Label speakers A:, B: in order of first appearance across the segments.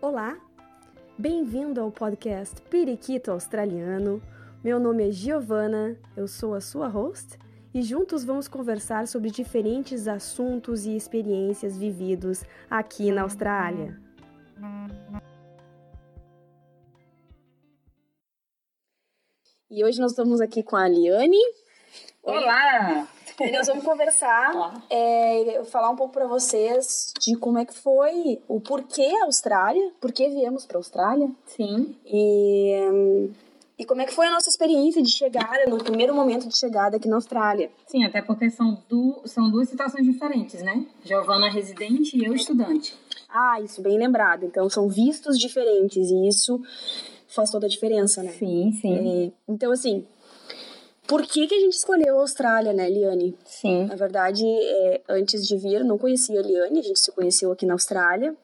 A: Olá, bem-vindo ao podcast Periquito Australiano. Meu nome é Giovana, eu sou a sua host e juntos vamos conversar sobre diferentes assuntos e experiências vividos aqui na Austrália. E hoje nós estamos aqui com a Liane.
B: Olá!
A: E nós vamos conversar,
B: Tá.
A: é, falar um pouco para vocês de como é que foi, o porquê a Austrália, por que viemos para a Austrália
B: Sim.
A: e, hum, e como é que foi a nossa experiência de chegada, no primeiro momento de chegada aqui na Austrália.
B: Sim, até porque são, du são duas situações diferentes, né? Giovana residente e eu estudante.
A: Ah, isso, bem lembrado. Então, são vistos diferentes e isso faz toda a diferença, né?
B: Sim, sim.
A: É, então, assim, por que, que a gente escolheu a Austrália, né, Liane?
B: Sim.
A: Na verdade, é, antes de vir, não conhecia a Liane, a gente se conheceu aqui na Austrália.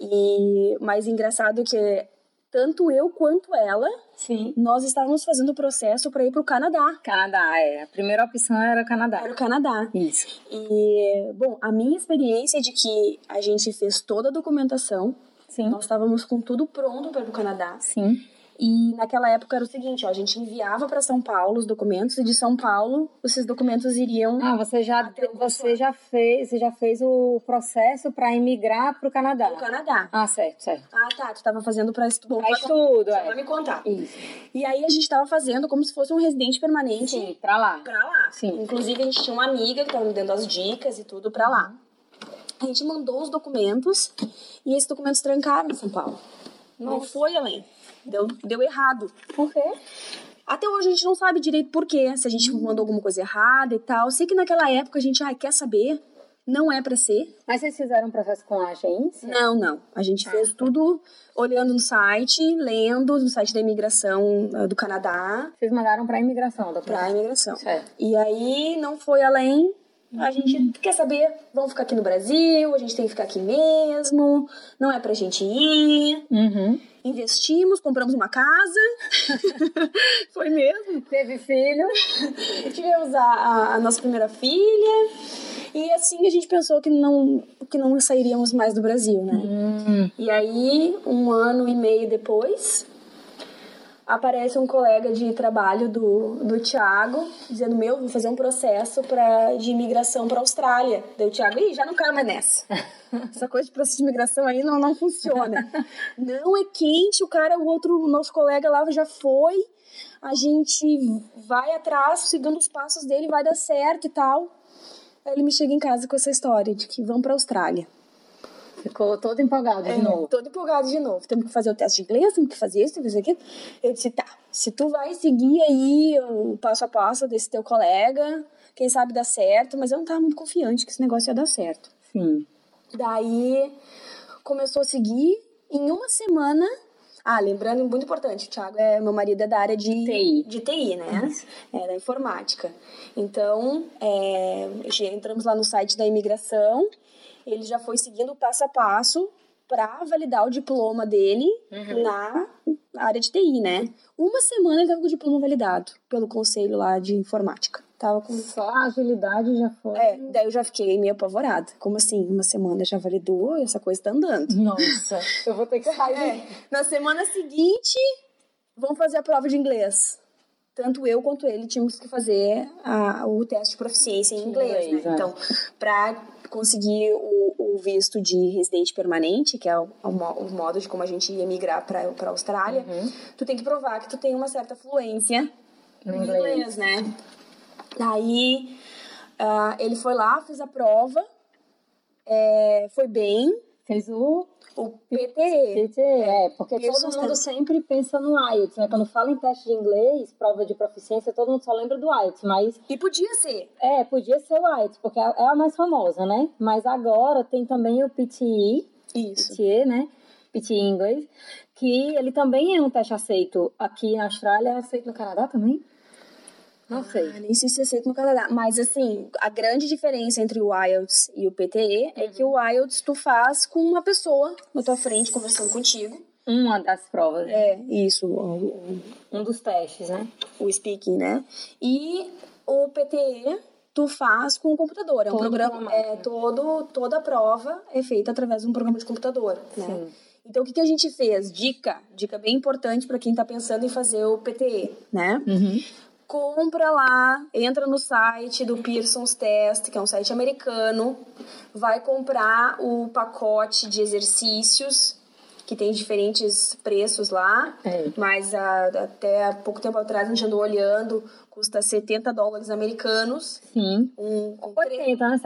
A: E mais engraçado que tanto eu quanto ela,
B: Sim.
A: nós estávamos fazendo o processo para ir para o Canadá.
B: Canadá, é. A primeira opção era Canadá.
A: Para o Canadá.
B: Isso.
A: E, bom, a minha experiência é de que a gente fez toda a documentação,
B: Sim.
A: nós estávamos com tudo pronto para o Canadá.
B: Sim.
A: E naquela época era o seguinte: ó, a gente enviava para São Paulo os documentos, e de São Paulo, esses documentos iriam.
B: Ah, você já,
A: Até o
B: você já, fez, você já fez o processo para emigrar para o Canadá.
A: para o Canadá.
B: Ah, certo, certo.
A: Ah, tá. Tu tava fazendo pra estudar.
B: Para estudo,
A: Só pra
B: é.
A: me contar.
B: Isso.
A: E aí a gente tava fazendo como se fosse um residente permanente
B: Sim, para lá.
A: pra lá.
B: Sim.
A: Inclusive, a gente tinha uma amiga que tava me dando as dicas e tudo pra lá. A gente mandou os documentos e esses documentos trancaram em São Paulo. Não
B: Nossa.
A: foi além. Deu, deu errado.
B: Por quê?
A: Até hoje a gente não sabe direito por quê, se a gente
B: Uhum.
A: mandou alguma coisa errada e tal. Sei que naquela época a gente, ai, quer saber? Não é pra ser.
B: Mas vocês fizeram um processo com a agência?
A: Não, não. A gente
B: É.
A: fez tudo olhando no site, lendo no site da imigração eh, do Canadá
B: Vocês mandaram para a imigração, doutor?
A: pra imigração.
B: Certo.
A: E aí não foi além. A gente quer saber, vamos ficar aqui no Brasil, a gente tem que ficar aqui mesmo, não é pra gente ir.
B: Uhum.
A: Investimos, compramos uma casa. foi mesmo.
B: Teve filho?
A: Tivemos a, a, a nossa primeira filha. E assim a gente pensou que não, que não sairíamos mais do Brasil, né?
B: Hum.
A: E aí, um ano e meio depois, aparece um colega de trabalho do, do Thiago, dizendo: Meu, vou fazer um processo pra, de imigração para Austrália. Deu o Thiago, Ih, já não caiu mais nessa. Essa coisa de processo de imigração aí não, não funciona. não é quente, o cara, o outro, o nosso colega lá já foi. A gente vai atrás, seguindo os passos dele, vai dar certo e tal. Aí ele me chega em casa com essa história de que vão pra Austrália.
B: Ficou todo empolgado de
A: É,
B: novo.
A: Todo empolgado de novo. Temos que fazer o teste de inglês, temos que fazer isso, temos que fazer aquilo. Eu disse, tá, se tu vai seguir aí o passo a passo desse teu colega, quem sabe dá certo, mas eu não tava muito confiante que esse negócio ia dar certo.
B: Sim.
A: Daí começou a seguir, em uma semana. Ah, lembrando, muito importante, o Thiago é meu marido é da área de
B: TI.
A: de TI né? É, da informática. Então, é, já entramos lá no site da imigração, ele já foi seguindo passo a passo para validar o diploma dele na área de TI, né? Uma semana ele estava com o diploma validado pelo conselho lá de informática. Tava com
B: Só a agilidade já foi.
A: é, daí eu já fiquei meio apavorada. Como assim? Uma semana já validou e essa coisa tá andando.
B: Nossa, eu vou ter que sair.
A: Na semana seguinte, vamos fazer a prova de inglês. Tanto eu quanto ele tínhamos que fazer a- o teste de proficiência em inglês,
B: Inglês,
A: né?
B: é.
A: Então, para conseguir o, o visto de residente permanente, que é o, o mo- o modo de como a gente ia migrar para a Austrália, tu tem que provar que tu tem uma certa fluência
B: No
A: no
B: inglês.
A: inglês, né? Daí ah, ele foi lá, fez a prova, é, foi bem.
B: Fez o
A: O PTE.
B: PT, é, porque
A: Isso,
B: todo mundo sempre pensa no IELTS, né? Quando fala em teste de inglês, prova de proficiência, todo mundo só lembra do IELTS, mas
A: E podia ser.
B: é, podia ser o IELTS, porque é a mais famosa, né? Mas agora tem também o PTE,
A: Isso.
B: PTE, né? PTE em inglês, que ele também é um teste aceito aqui na Austrália, é aceito no Canadá também? Não sei.
A: Ah, nem sei se aceito no Canadá. Mas, assim, a grande diferença entre o IELTS e o PTE é que o IELTS tu faz com uma pessoa na tua frente, conversando contigo.
B: Uma das provas,
A: É, isso, o, o-
B: um dos testes, né?
A: o speaking, né? E o PTE tu faz com o computador. É um
B: Todo
A: programa,
B: programado.
A: é, todo, toda a prova é feita através de um programa de computador, né?
B: Sim.
A: Então, o que, que a gente fez? Dica, dica bem importante para quem está pensando em fazer o PTE, né?
B: Uhum.
A: compra lá, entra no site do Pearson's Test, que é um site americano, vai comprar o pacote de exercícios que tem diferentes preços lá,
B: É.
A: mas ah, até há pouco tempo atrás a gente andou olhando, custa 70 dólares americanos,
B: Sim.
A: um com três-
B: 80, né?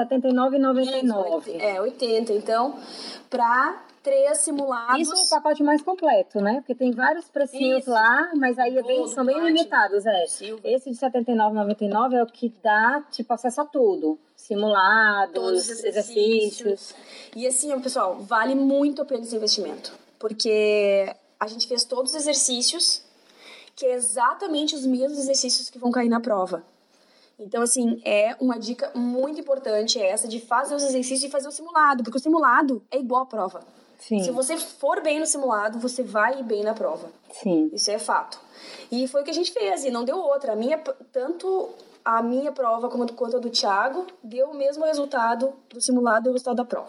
B: 79,99.
A: É, 80, então, pra três simulados.
B: Isso é o pacote mais completo, né? Porque tem vários precinhos
A: Isso.
B: lá, mas aí é bem-
A: Gold,
B: são bem
A: Platinum.
B: limitados, é.
A: Silver.
B: Esse de R$ 79,99 é o que dá, tipo, acesso a tudo. Simulados,
A: todos os
B: exercícios.
A: exercícios. E assim, ó, pessoal, vale muito a pena esse investimento. Porque a gente fez todos os exercícios, que é exatamente os mesmos exercícios que vão cair na prova. Então, assim, é uma dica muito importante essa de fazer os exercícios e fazer o simulado, porque o simulado é igual à prova.
B: Sim,
A: Se você for bem no simulado, você vai ir bem na prova.
B: sim.
A: Isso é fato. E foi o que a gente fez, e não deu outra. A minha, tanto a minha prova como quanto a do Thiago deu o mesmo resultado do simulado e o resultado da prova.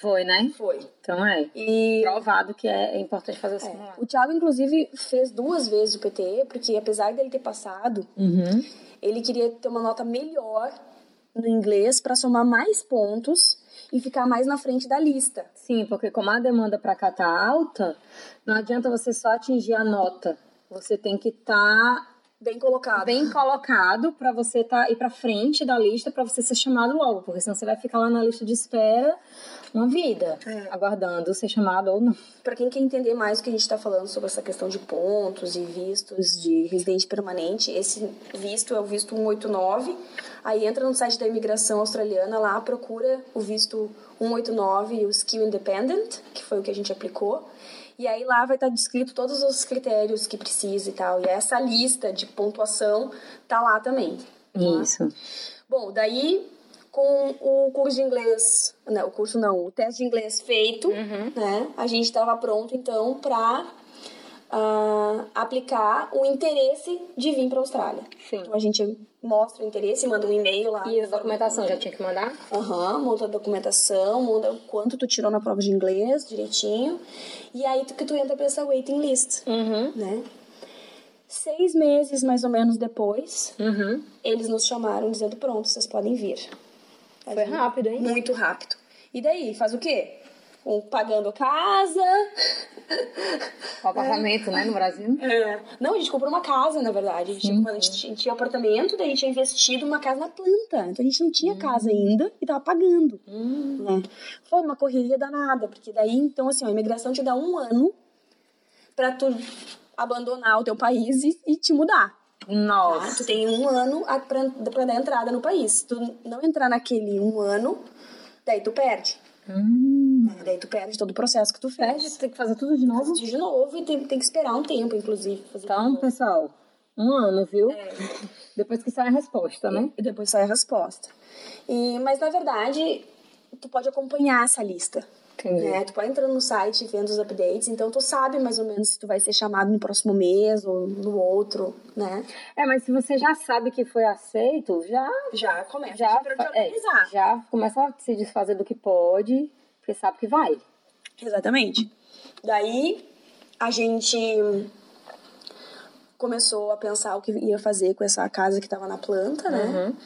B: Foi, né?
A: Foi.
B: Então é.
A: E
B: Provado que é, é importante fazer o
A: é,
B: simulado.
A: o Thiago, inclusive, fez duas vezes o PTE, porque apesar dele ter passado,
B: Uhum.
A: ele queria ter uma nota melhor no inglês para somar mais pontos e ficar mais na frente da lista.
B: Sim, porque como a demanda para cá tá alta, não adianta você só atingir a nota. Você tem que estar
A: Bem colocado.
B: bem colocado para você tá ir para frente da lista para você ser chamado logo, porque senão você vai ficar lá na lista de espera uma vida,
A: É.
B: aguardando ser chamado ou não.
A: Para quem quer entender mais o que a gente está falando sobre essa questão de pontos e vistos de residente permanente, esse visto é o visto 189. Aí entra no site da imigração australiana lá, procura o visto 189 e o Skill Independent, que foi o que a gente aplicou. E aí lá vai estar descrito todos os critérios que precisa e tal. E essa lista de pontuação tá lá também. tá?
B: Isso.
A: Bom, daí com o curso de inglês, não, o curso não, o teste de inglês feito,
B: Uhum.
A: né? A gente estava pronto então para aplicar o interesse de vir para a Austrália.
B: Sim.
A: Então a gente mostra o interesse, manda um e-mail lá.
B: E a documentação já tinha que mandar?
A: Aham, monta a documentação, monta o quanto tu tirou na prova de inglês direitinho. E aí tu, que tu entra pra essa waiting list,
B: Uhum.
A: né? Seis meses mais ou menos depois,
B: Uhum.
A: eles nos chamaram dizendo: pronto, vocês podem vir.
B: Foi rápido, hein?
A: Muito rápido. E daí, faz o quê? Um pagando casa.
B: O apartamento, né, no Brasil?
A: É. Não, a gente comprou uma casa, na verdade. A gente, quando a gente, tinha- a gente tinha apartamento, daí a gente tinha investido uma casa na planta. Então a gente não tinha casa ainda e tava pagando. né? Foi uma correria danada, porque daí, então, assim, ó, a imigração te dá um ano pra tu abandonar o teu país e, e te mudar. tá?
B: Nossa.
A: Tu tem um ano a- pra, pra dar entrada no país. Se tu não entrar naquele um ano, daí tu perde.
B: Hum.
A: Né? Daí tu perde todo o processo que tu
B: Perde,
A: fez.
B: tem que fazer tudo de novo?
A: De novo, e tem, tem que esperar um tempo, inclusive. fazer de
B: Então,
A: novo.
B: pessoal, um ano, viu? Depois que sai a resposta, né?
A: E depois sai a resposta. E, mas, na verdade, tu pode acompanhar essa lista.
B: Entendi.
A: Né? Tu pode entrando no site e vendo os updates, então tu sabe mais ou menos se tu vai ser chamado no próximo mês ou no outro, né?
B: É, mas se você já sabe que foi aceito, já
A: Já começa
B: já,
A: pra te
B: fa- é,
A: organizar.
B: já começa a se desfazer do que pode, porque sabe que vai.
A: Exatamente. Daí a gente começou a pensar o que ia fazer com essa casa que estava na planta, né?
B: Uhum.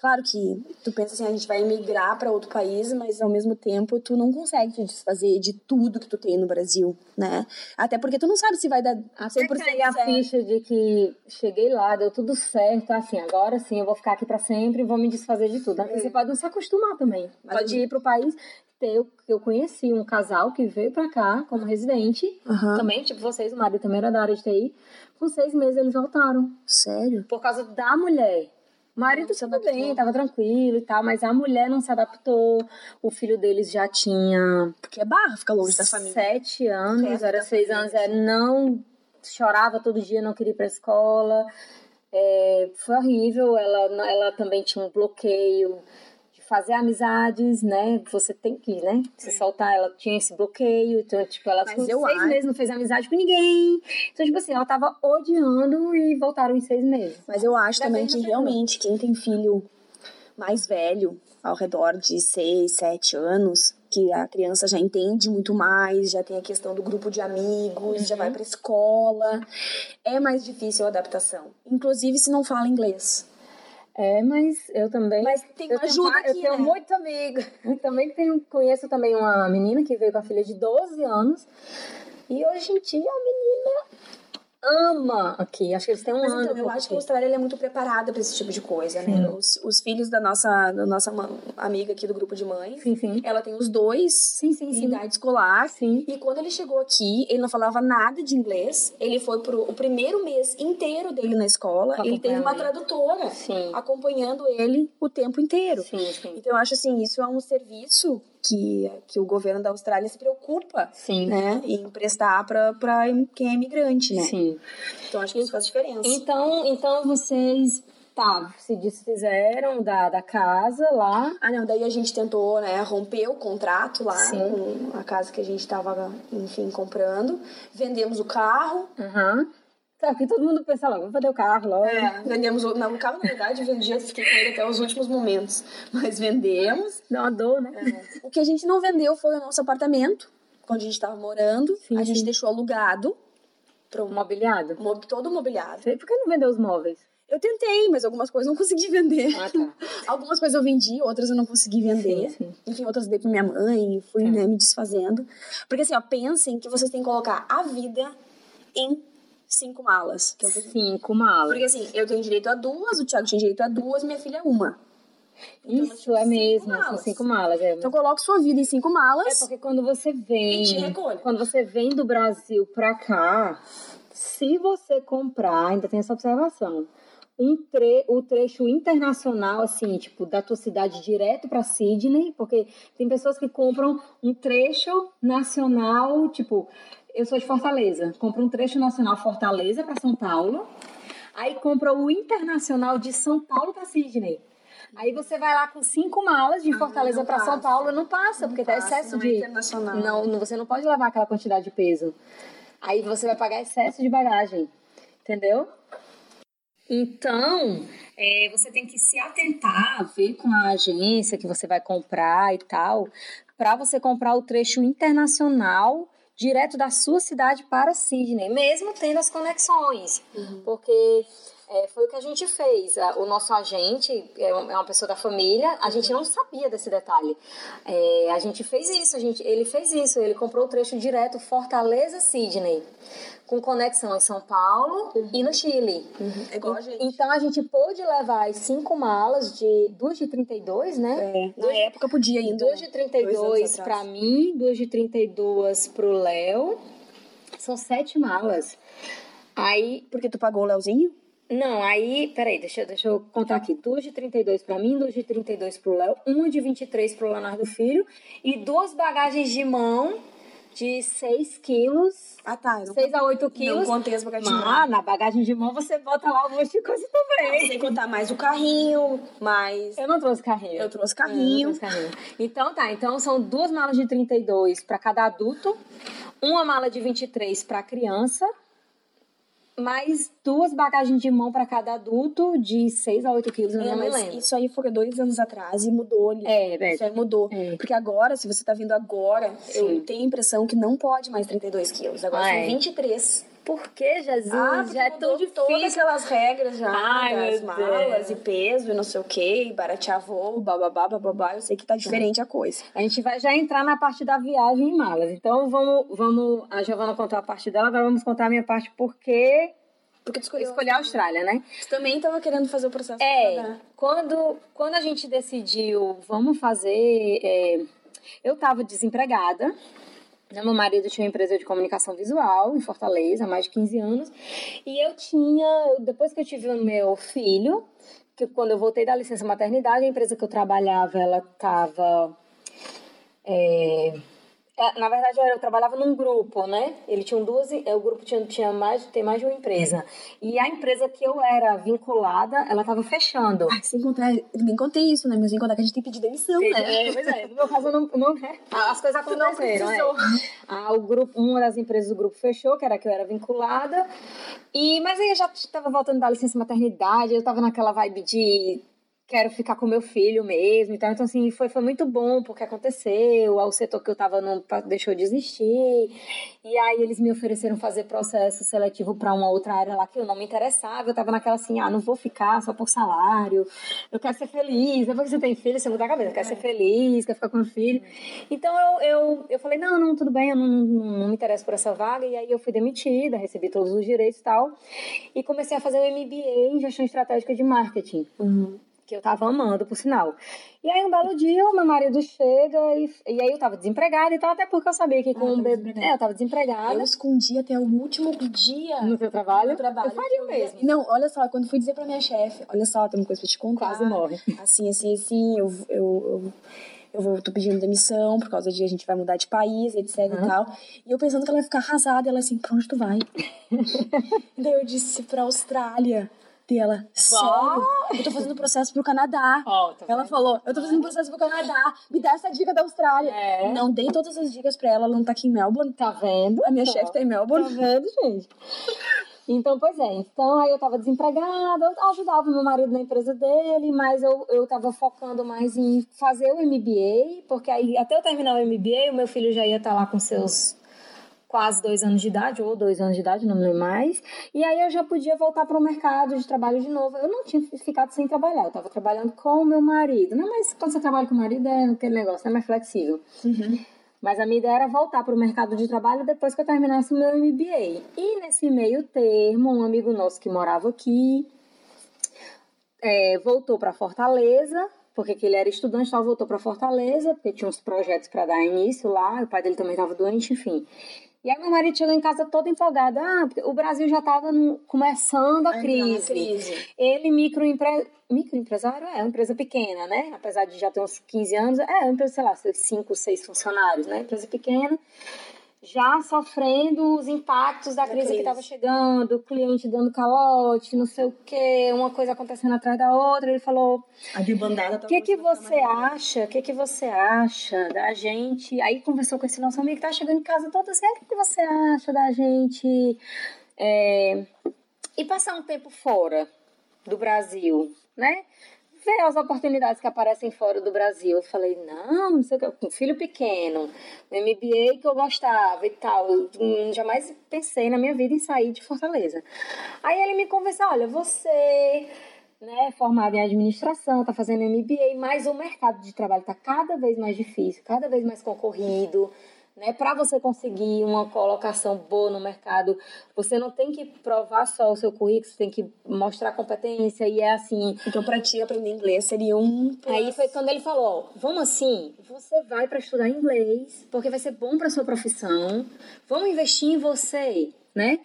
A: Claro que tu pensa assim, a gente vai emigrar para outro país, mas ao mesmo tempo tu não consegue te desfazer de tudo que tu tem no Brasil, né? Até porque tu não sabe se vai dar 100%
B: Até cair a
A: certo.
B: ficha de que cheguei lá, deu tudo certo, assim, agora sim eu vou ficar aqui pra sempre e vou me desfazer de tudo. né? Porque Você pode não se acostumar também.
A: Mas
B: pode ir pro país. Eu, eu conheci um casal que veio pra cá como residente,
A: Aham.
B: também, tipo vocês, o marido também era da área de TI. Com seis meses eles voltaram.
A: Sério?
B: por causa da mulher. O marido
A: Não se
B: tudo
A: adaptou.
B: bem, tava tranquilo e tal, mas a mulher não se adaptou. O filho deles já tinha
A: Porque é barra ficar longe da família.
B: sete anos,
A: Perto
B: era
A: da
B: seis
A: família,
B: anos, é, não chorava todo dia, não queria ir pra escola. É, foi horrível, ela, não- ela também tinha um bloqueio de fazer amizades, né? Você tem que, né? Se soltar, ela tinha esse bloqueio, então, tipo, ela
A: Mas
B: com
A: eu
B: seis
A: acho-
B: meses não fez amizade com ninguém. Então, tipo assim, ela tava odiando e voltaram em seis meses.
A: Mas eu acho
B: Depende
A: também
B: da
A: que
B: pessoa.
A: realmente quem tem filho mais velho, ao redor de 6, 7 anos, que a criança já entende muito mais, já tem a questão do grupo de amigos, uhum. já vai para escola. É mais difícil a adaptação, inclusive se não fala inglês.
B: É, mas eu também.
A: Mas tem
B: eu
A: ajuda
B: tenho,
A: aqui,
B: Eu tenho
A: né?
B: muito amigo. Eu também tenho, conheço também uma menina que veio com a filha de 12 anos. E hoje em dia a menina ama aqui. Acho que eles têm um
A: Mas
B: ano.
A: então, eu acho que a
B: porque-
A: Austrália ela é muito preparada para esse tipo de coisa, né? Os, os filhos da nossa, da nossa ma- amiga aqui do grupo de mães,
B: Sim, sim.
A: ela tem os dois
B: Sim, sim,
A: em
B: sim.
A: idade escolar.
B: Sim.
A: E quando ele chegou aqui, ele não falava nada de inglês. Ele foi pro o primeiro mês inteiro dele na escola.
B: Com
A: Ele teve uma
B: acompanhamento.
A: tradutora
B: Sim.
A: acompanhando ele o tempo inteiro.
B: Sim, sim.
A: Então eu acho assim, isso é um serviço que, que o governo da Austrália se preocupa
B: Sim.
A: né, em prestar para quem é imigrante, né?
B: Sim.
A: Então acho que isso faz diferença.
B: Então, então vocês tá, se desfizeram da, da casa lá.
A: Ah, não, daí a gente tentou, né, romper o contrato lá
B: Sim.
A: com a casa que a gente tava, enfim, comprando. Vendemos o carro.
B: Aham. Tá, que todo mundo pensa logo, vou fazer o carro logo.
A: É, vendemos o. Não, o carro, na verdade, vendi, eu fiquei com ele até os últimos momentos. Mas vendemos.
B: Dá uma dor, né?
A: O que a gente não vendeu foi o nosso apartamento, onde a gente tava morando.
B: Sim,
A: a gente
B: sim.
A: deixou alugado. Pro
B: O Mobiliado.
A: mo- todo mobiliado.
B: Por que não vendeu os móveis?
A: Eu tentei, mas algumas coisas eu não consegui vender.
B: Ah, tá.
A: Algumas coisas eu vendi, outras eu não consegui vender.
B: Sim, sim.
A: Enfim, outras eu dei pra minha mãe, fui
B: É.
A: né, me desfazendo. Porque assim, ó, pensem que vocês têm que colocar a vida em cinco malas. que é o que eu-
B: Cinco malas.
A: Porque assim, eu tenho direito a duas, o Thiago tinha direito a duas, minha filha uma. Então, nós
B: Isso
A: tínhamos
B: é
A: cinco
B: mesmo,
A: malas.
B: são cinco malas. É,
A: Então coloque sua vida em cinco
B: É
A: malas.
B: porque quando você vem.
A: E te recolhe.
B: Quando você vem do Brasil pra cá, se você comprar, ainda tem essa observação. Um tre o trecho internacional, assim, tipo, da tua cidade direto pra Sydney, porque tem pessoas que compram um trecho nacional, tipo, eu sou de Fortaleza, compra um trecho nacional Fortaleza pra São Paulo, aí compra o internacional de São Paulo pra Sydney. Aí você vai lá com cinco malas de Fortaleza
A: não
B: pra São
A: passa.
B: Paulo, não passa, porque tá
A: passa,
B: excesso
A: não é
B: de.
A: internacional.
B: Não, não, você não pode levar aquela quantidade de peso. Aí você vai pagar excesso de bagagem. Entendeu? Então, é, você tem que se atentar, ver com a agência que você vai comprar e tal, para você comprar o trecho internacional direto da sua cidade para Sydney, mesmo tendo as conexões. Porque é, foi o que a gente fez. A- O nosso agente é um- é uma pessoa da família, a gente não sabia desse detalhe. É, a gente fez isso, a gente, ele fez isso, ele comprou o trecho direto Fortaleza-Sydney, com conexão em São Paulo
A: Uhum.
B: e no Chile.
A: É igual a gente.
B: Então a gente pôde levar as cinco malas de duas de 32, né?
A: É, na época podia ainda.
B: Duas de
A: né? Dois
B: 32
A: anos atrás.
B: para mim, duas de 32 pro Léo. São sete malas. Aí,
A: Porque tu pagou o Leozinho?
B: não, aí, peraí, deixa, eu- deixa eu contar aqui. Duas de 32 pra mim, duas de 32 pro Léo, uma de 23 pro Leonardo Filho e duas bagagens de mão de 6 quilos,
A: Ah, tá. Eu não,
B: 6 a 8
A: não
B: quilos.
A: contei as bagagens.
B: Ah, na bagagem de mão você bota lá um monte de coisa também.
A: Sem contar mais o carrinho, mais.
B: Eu não trouxe carrinho.
A: Eu trouxe
B: É, eu
A: carrinho.
B: não trouxe carrinho. Então tá, então são duas malas de 32 para cada adulto, uma mala de 23 para criança, mais duas bagagens de mão para cada adulto de 6 a 8 quilos, eu
A: É,
B: não me
A: mas
B: lembro.
A: isso aí foi dois anos atrás e mudou, né?
B: É, é.
A: Isso aí mudou.
B: É.
A: Porque agora, se você tá vindo agora,
B: Sim.
A: eu tenho a impressão que não pode mais 32 quilos. Agora
B: Ah,
A: são
B: é.
A: 23.
B: Por que, Jesus?
A: Ah, porque
B: Já é tão
A: mudou Todas
B: difícil.
A: aquelas regras já, né?
B: Ai,
A: das
B: meu
A: malas
B: Deus.
A: e peso e não sei o quê, e baratear voo, bababá, bababá. Eu sei que tá diferente a coisa.
B: A gente vai já entrar na parte da viagem em malas. Então vamos, vamos. A Giovana contou a parte dela, agora vamos contar a minha parte porque
A: Porque tu
B: eu
A: escolheu...
B: escolhi a Austrália, né?
A: Tu também tava querendo fazer o processo pra
B: É,
A: dar.
B: quando, quando a gente decidiu, vamos fazer. é, eu estava desempregada. né, Meu marido tinha uma empresa de comunicação visual em Fortaleza há mais de 15 anos. E eu tinha, depois que eu tive o meu filho, que quando eu voltei da licença maternidade, a empresa que eu trabalhava, ela estava é, Na verdade, eu eu trabalhava num grupo, né? Ele tinha duas, é, o grupo tinha, tinha mais, tem mais de uma empresa. E a empresa que eu era vinculada, ela estava fechando.
A: Ah, sem contar... Nem contei isso, né? Mas sem contar que a gente tem que pedir demissão, né?
B: É, pois é, no meu caso eu não, não né? as coisas aconteceram. é.
A: precisou.
B: Ah, o grupo, uma das empresas do grupo fechou, que era a que eu era vinculada. E mas aí eu já estava voltando da licença maternidade, eu estava naquela vibe de quero ficar com meu filho mesmo. Então, então assim, foi, foi muito bom porque aconteceu. O setor que eu estava não deixou de existir. E aí eles me ofereceram fazer processo seletivo para uma outra área lá que eu não me interessava. Eu estava naquela assim, ah, não vou ficar só por salário. Eu quero ser feliz. Depois que você tem filho, você muda a cabeça. Eu quero ser feliz, quero ficar com meu filho. Então eu, eu, eu falei, não, não, tudo bem, eu não, não, não me interesso por essa vaga. E aí eu fui demitida, recebi todos os direitos e tal. E comecei a fazer o MBA em gestão estratégica de marketing. Uhum que eu tava amando, por sinal. E aí, um belo dia, o meu marido chega e, e aí eu tava desempregada e tal, até porque eu sabia que com ah, um bebê. É, eu tava desempregada.
A: Eu escondi até o último dia.
B: No seu trabalho?
A: No trabalho.
B: Eu faria mesmo.
A: Não, olha só, quando fui dizer pra minha chefe, olha só, tem uma coisa pra te contar.
B: Quase morre.
A: Assim, assim, assim, eu. eu, eu... Eu vou, tô pedindo demissão, por causa de a gente vai mudar de país, etc uhum. e tal. E eu pensando que ela ia ficar arrasada, ela assim, pra onde tu vai? Daí eu disse, pra Austrália dela. Sério? Eu tô fazendo processo pro Canadá.
B: Oh,
A: ela falou, eu tô fazendo processo pro Canadá. Me dá essa dica da Austrália.
B: É.
A: Não dei todas as dicas pra ela, ela não tá aqui em Melbourne.
B: Tá vendo?
A: A minha chefe tá em Melbourne.
B: Tá vendo, gente? Então, pois é. Então, aí eu tava desempregada, eu ajudava meu marido na empresa dele, mas eu, eu tava focando mais em fazer o MBA, porque aí, até eu terminar o MBA, o meu filho já ia estar tá lá com seus quase dois anos de idade, ou dois anos de idade, não lembro mais. E aí eu já podia voltar para o mercado de trabalho de novo. Eu não tinha ficado sem trabalhar, eu estava trabalhando com o meu marido. Não, mas quando você trabalha com o marido é aquele negócio, é mais flexível.
A: Uhum.
B: Mas a minha ideia era voltar para o mercado de trabalho depois que eu terminasse o meu MBA. E nesse meio termo, um amigo nosso que morava aqui é, voltou para Fortaleza porque ele era estudante, tal, voltou para Fortaleza, porque tinha uns projetos para dar início lá, o pai dele também estava doente, enfim. E aí meu marido chegou em casa todo empolgado. Ah, o Brasil já estava começando a, a crise.
A: crise.
B: Ele microempre... microempresário, é uma empresa pequena, né? Apesar de já ter uns 15 anos, é uma empresa, sei lá, 5, 6 funcionários, né? Empresa pequena. Já sofrendo os impactos da, da crise, crise, que estava chegando, o cliente dando calote, não sei o quê, uma coisa acontecendo atrás da outra. Ele falou:
A: A debandada tá
B: O que, que você acha? O que, que você acha da gente? Aí conversou com esse nosso amigo que tá chegando em casa todo assim: O que, que você acha da gente? É, e passar um tempo fora do Brasil, né? Ver as oportunidades que aparecem fora do Brasil. Eu falei, não, não sei o que, com filho pequeno, MBA que eu gostava e tal. Eu jamais pensei na minha vida em sair de Fortaleza. Aí ele me convenceu, olha, você né, formada em administração, está fazendo MBA, mas o mercado de trabalho está cada vez mais difícil, cada vez mais concorrido. Né, para você conseguir uma colocação boa no mercado, você não tem que provar só o seu currículo, você tem que mostrar competência e é assim.
A: Então, para ti, aprender inglês seria um.
B: Aí foi quando ele falou: ó, vamos assim, você vai para estudar inglês, porque vai ser bom para sua profissão, vamos investir em você, né?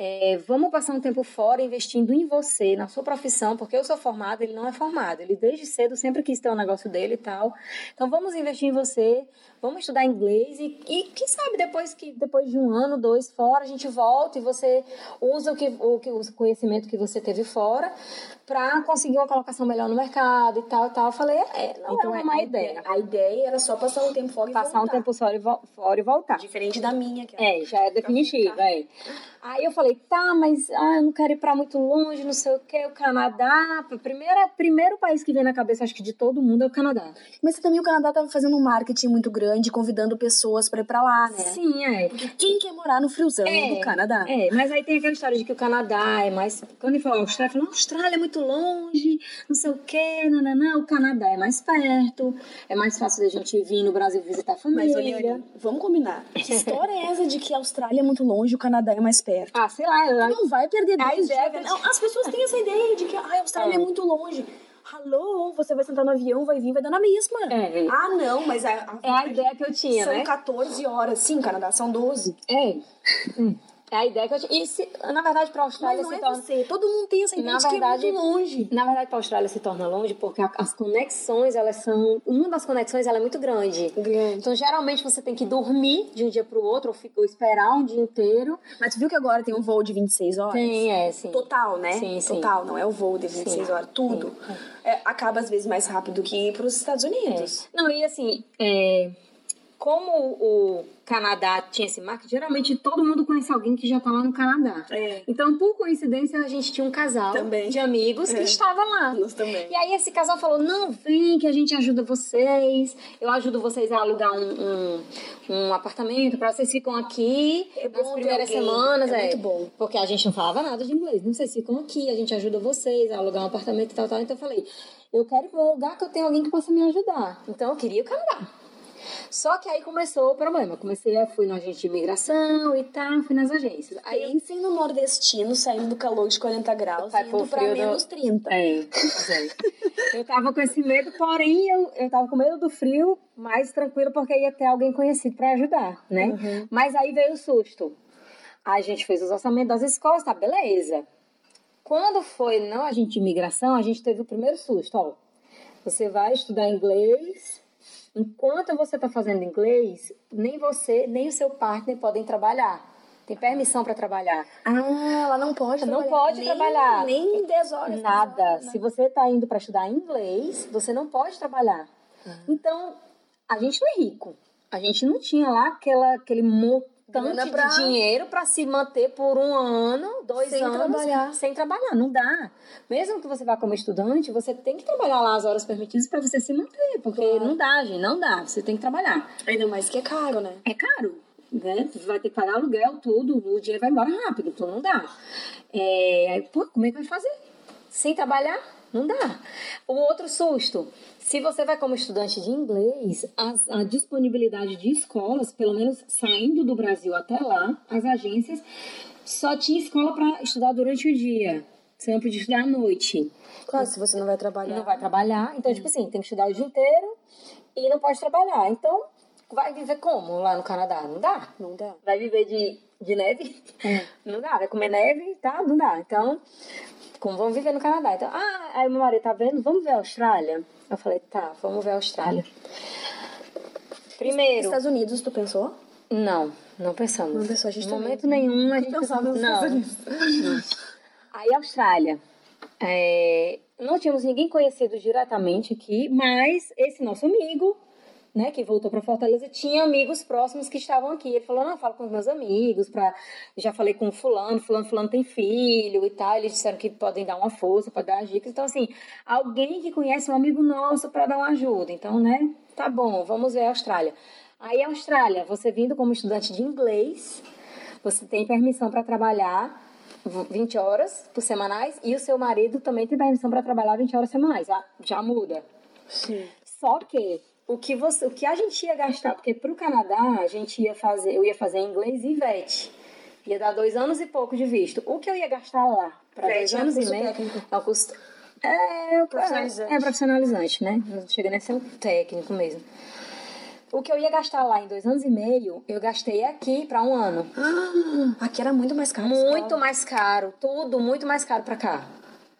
B: É, vamos passar um tempo fora investindo em você, na sua profissão, porque eu sou formada, ele não é formado. Ele desde cedo sempre quis ter o um negócio dele e tal. Então vamos investir em você, vamos estudar inglês e, e quem sabe depois que depois de um ano, dois fora, a gente volta e você usa o que o, que, o conhecimento que você teve fora para conseguir uma colocação melhor no mercado e tal e tal. Eu falei, é, não então, é uma
A: a
B: ideia.
A: né? A ideia era só passar um tempo fora e
B: passar
A: voltar.
B: um tempo fora e, fora e voltar.
A: Diferente da minha, que
B: é, já é definitiva, é. Aí eu falei tá, mas ah, eu não quero ir para muito longe, não sei o que, o Canadá. O primeiro, primeiro país que vem na cabeça, acho que de todo mundo, é o Canadá.
A: Mas também o Canadá tava fazendo um marketing muito grande, convidando pessoas para ir pra lá, né?
B: Sim, é.
A: Porque quem quer morar no friozão
B: é,
A: do Canadá?
B: É, mas aí tem aquela história de que o Canadá é mais. Quando ele fala Austrália, fala, Austrália é muito longe, não sei o que, não, não, não. O Canadá é mais perto, é mais fácil da gente vir no Brasil visitar a família.
A: Mas, olha, vamos combinar. Que história é essa de que a Austrália é muito longe e o Canadá é mais perto?
B: Ah, sei lá. Ela...
A: Não vai perder
B: a
A: dois
B: ideia
A: dias. Não, as pessoas têm essa ideia de que ah, a Austrália é. é muito longe. Alô, você vai sentar no avião, vai vir, vai dar na mesma.
B: É.
A: Ah, não, mas a,
B: a é a ideia que eu tinha,
A: são
B: né?
A: 14 horas. Sim, Canadá, são 12.
B: É. É a ideia que eu tinha. E se, na verdade, para a Austrália
A: Mas não
B: se
A: é
B: torna.
A: você. Todo mundo tem essa ideia
B: Na
A: de que é
B: verdade,
A: muito longe.
B: Na verdade, para a Austrália se torna longe porque a- as conexões, elas são. Uma das conexões ela é muito grande.
A: Grande.
B: Então, geralmente, você tem que dormir de um dia para o outro ou, fi- ou esperar um dia inteiro.
A: Mas tu viu que agora tem um voo de 26 horas?
B: Tem, é, sim.
A: Total, né?
B: Sim, sim.
A: Total, não é o voo de 26 horas, tudo. É, acaba às vezes mais rápido que ir para os Estados Unidos.
B: Não, e assim, é, como o Canadá tinha esse marketing, geralmente todo mundo conhece alguém que já tá lá no Canadá.
A: É.
B: Então, por coincidência, a gente tinha um casal
A: Também.
B: de amigos que
A: É.
B: estava lá.
A: Nós também.
B: E aí esse casal falou, não, vem que a gente ajuda vocês, eu ajudo vocês a alugar um, um, um apartamento pra vocês ficam aqui
A: É bom
B: nas
A: ter
B: primeiras
A: alguém.
B: semanas.
A: É muito bom.
B: Porque a gente não falava nada de inglês, não sei se ficam aqui, a gente ajuda vocês a alugar um apartamento e tal, tal. Então eu falei, eu quero ir pra um lugar que eu tenho alguém que possa me ajudar. Então eu queria o Canadá. Só que aí começou o problema. Comecei a fui no agente de imigração e tal, fui nas agências. Aí
A: Pensem no nordestino saindo do calor de 40 graus
B: Vai
A: e
B: pro
A: indo pra
B: frio do-
A: menos 30.
B: É, pois é. Eu tava com esse medo, porém eu, eu tava com medo do frio, mas tranquilo porque ia ter alguém conhecido pra ajudar, né? Mas aí veio o susto. A gente fez os orçamentos das escolas, tá beleza. Quando foi não a gente imigração, a gente teve o primeiro susto, ó. Você vai estudar inglês. Enquanto você tá fazendo inglês, nem você, nem o seu partner podem trabalhar. Tem permissão pra trabalhar.
A: Ah, ela não pode
B: Não
A: trabalhar.
B: pode
A: nem,
B: trabalhar.
A: Nem 10 horas.
B: Nada. Se você está indo para estudar inglês, você não pode trabalhar.
A: É.
B: Então, a gente não é rico. A gente não tinha lá aquela, aquele
A: Grana
B: montante
A: pra-
B: de dinheiro para se manter por um ano, dois
A: Sem
B: anos,
A: trabalhar.
B: sem trabalhar. Não dá. Mesmo que você vá como estudante, você tem que trabalhar lá as horas permitidas para você se manter, porque
A: Claro.
B: não dá, gente, não dá. Você tem que trabalhar.
A: Ainda mais que é caro, né?
B: É caro, né? Tu vai ter que pagar aluguel, tudo, o dinheiro vai embora rápido, então não dá. É, aí, pô, como é que vai fazer? Sem trabalhar? Não dá. O outro susto, se você vai como estudante de inglês, as- a, disponibilidade de escolas, pelo menos saindo do Brasil até lá, as agências só tinha escola para estudar durante o dia. Você não podia estudar à noite
A: Claro, se você não vai trabalhar.
B: não vai trabalhar. Então, tipo assim, tem que estudar o dia inteiro e não pode trabalhar. Então, vai viver como lá no Canadá? Não dá.
A: Não dá.
B: Vai viver de, de neve?
A: É.
B: Não dá. Vai comer neve? Tá? Não dá. Então, como vamos viver no Canadá? Então, ah, aí meu marido tá vendo? Vamos ver a Austrália? Eu falei, tá, vamos ver a Austrália. Primeiro.
A: Estados Unidos, tu pensou?
B: Não, não pensamos.
A: Não pensou, a gente
B: Em
A: também
B: momento nenhum a gente
A: pensava
B: pensou-
A: nos
B: não.
A: Estados
B: Não. Aí Austrália. É, não tínhamos ninguém conhecido diretamente aqui, mas esse nosso amigo, né, que voltou para Fortaleza, tinha amigos próximos que estavam aqui. Ele falou: "Não, eu falo com os meus amigos, para já falei com fulano, fulano, fulano tem filho e tal". Eles disseram que podem dar uma força, para dar as dicas. Então assim, alguém que conhece um amigo nosso para dar uma ajuda. Então, né? Tá bom, vamos ver a Austrália. Aí a Austrália, você vindo como estudante de inglês, você tem permissão para trabalhar 20 horas por semanais e o seu marido também tem permissão para trabalhar 20 horas semanais. Já, já muda.
A: Sim.
B: Só que o que você, o que a gente ia gastar, porque pro Canadá a gente ia fazer, eu ia fazer inglês e VET. Ia dar dois anos e pouco de visto. O que eu ia gastar lá? Para
A: VET
B: dois
A: é um
B: anos e
A: curso
B: meio.
A: técnico.
B: É um curso. É,
A: Profissionalizante.
B: É, é profissionalizante, né? Não chega nem a ser um técnico mesmo. O que eu ia gastar lá em dois anos e meio, eu gastei aqui para um ano.
A: Ah, aqui era muito mais caro.
B: Muito mais caro, tudo muito mais caro pra cá.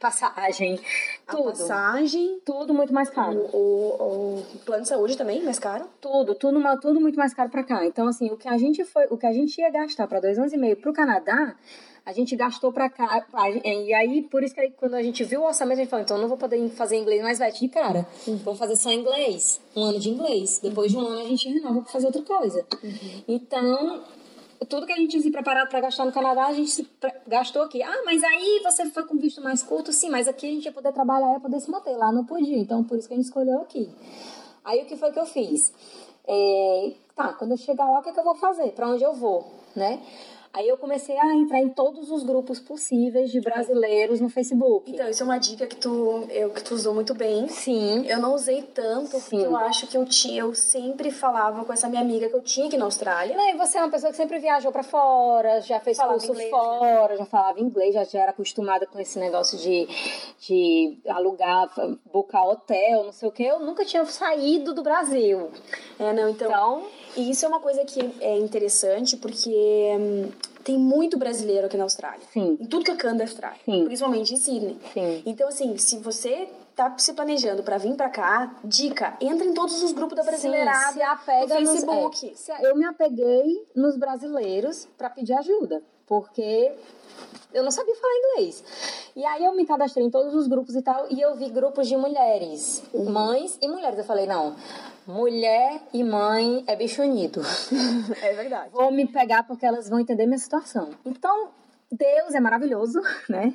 B: Passagem,
A: A
B: tudo.
A: passagem, Uhum.
B: Tudo muito mais caro.
A: o, o, o plano de saúde também, mais caro.
B: Tudo, tudo, ma- tudo muito mais caro pra cá. Então, assim, o que a gente foi, o que a gente ia gastar pra dois anos e meio pro Canadá, a gente gastou pra cá. a- E aí, por isso que aí, quando a gente viu o orçamento, a gente falou, então não vou poder fazer inglês mais vete de cara.
A: Uhum.
B: Vamos fazer só inglês. Um ano de inglês. Depois de um ano a gente renova pra fazer outra coisa. Então, tudo que a gente tinha se preparado pra gastar no Canadá, a gente se pre- gastou aqui. Ah, mas aí você foi com visto mais curto, sim, mas aqui a gente ia poder trabalhar, ia poder se manter. Lá não podia, então por isso que a gente escolheu aqui. Aí o que foi que eu fiz? É, tá, quando eu chegar lá, o que, é que eu vou fazer? Pra onde eu vou, né? Aí eu comecei a entrar em todos os grupos possíveis de brasileiros no Facebook.
A: Então, isso é uma dica que tu, eu, que tu usou muito bem.
B: sim,
A: Eu não usei tanto, porque
B: Sim.
A: eu acho que eu tinha, eu sempre falava com essa minha amiga que eu tinha aqui na Austrália. né?
B: Não, e você é uma pessoa que sempre viajou pra fora, já fez
A: Falava
B: curso
A: inglês, né?
B: fora, já falava inglês, já, já era acostumada com esse negócio de, de alugar, bocar hotel, não sei o quê. Eu nunca tinha saído do Brasil.
A: É, não, então.
B: Então,
A: E isso é uma coisa que é interessante, porque hum, tem muito brasileiro aqui na Austrália.
B: Sim.
A: Em tudo que é canto da Austrália.
B: Sim.
A: Principalmente em Sydney.
B: Sim.
A: Então, assim, se você tá se planejando pra vir pra cá, dica, entra em todos os grupos da Brasileirada.
B: Sim, se apega
A: no
B: nos-
A: Facebook.
B: é, se a- eu me apeguei nos brasileiros para pedir ajuda, porque eu não sabia falar inglês. E aí eu me cadastrei em todos os grupos e tal, e eu vi grupos de mulheres, mães e mulheres. Eu falei, não, mulher e mãe é bicho unido.
A: É verdade.
B: Vou me pegar porque elas vão entender minha situação. Então, Deus é maravilhoso, né?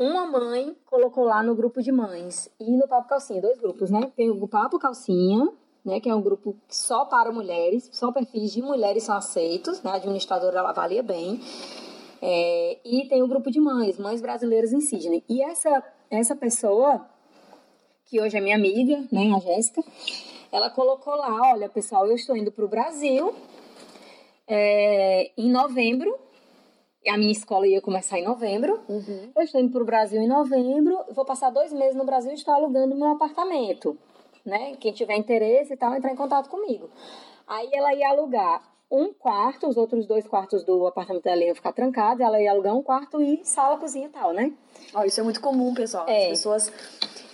B: Uma mãe colocou lá no grupo de mães e no Papo Calcinha, dois grupos, né? Tem o Papo Calcinha, né? Que é um grupo só para mulheres, só perfis de mulheres são aceitos, né? A administradora ela avalia bem. É, e tem o grupo de mães, mães brasileiras em Sydney. E essa, essa pessoa, que hoje é minha amiga, né, a Jéssica, ela colocou lá, olha, pessoal, eu estou indo para o Brasil é, em novembro. E A minha escola ia começar em novembro. Eu estou indo para o Brasil em novembro. Vou passar dois meses no Brasil e estou alugando meu apartamento. Né? Quem tiver interesse e tal, entrar em contato comigo. Aí ela ia alugar um quarto, os outros dois quartos do apartamento dela iam ficar trancados. Ela ia alugar um quarto e sala, cozinha e tal, né?
A: Ó, isso é muito comum, pessoal.
B: É.
A: As pessoas.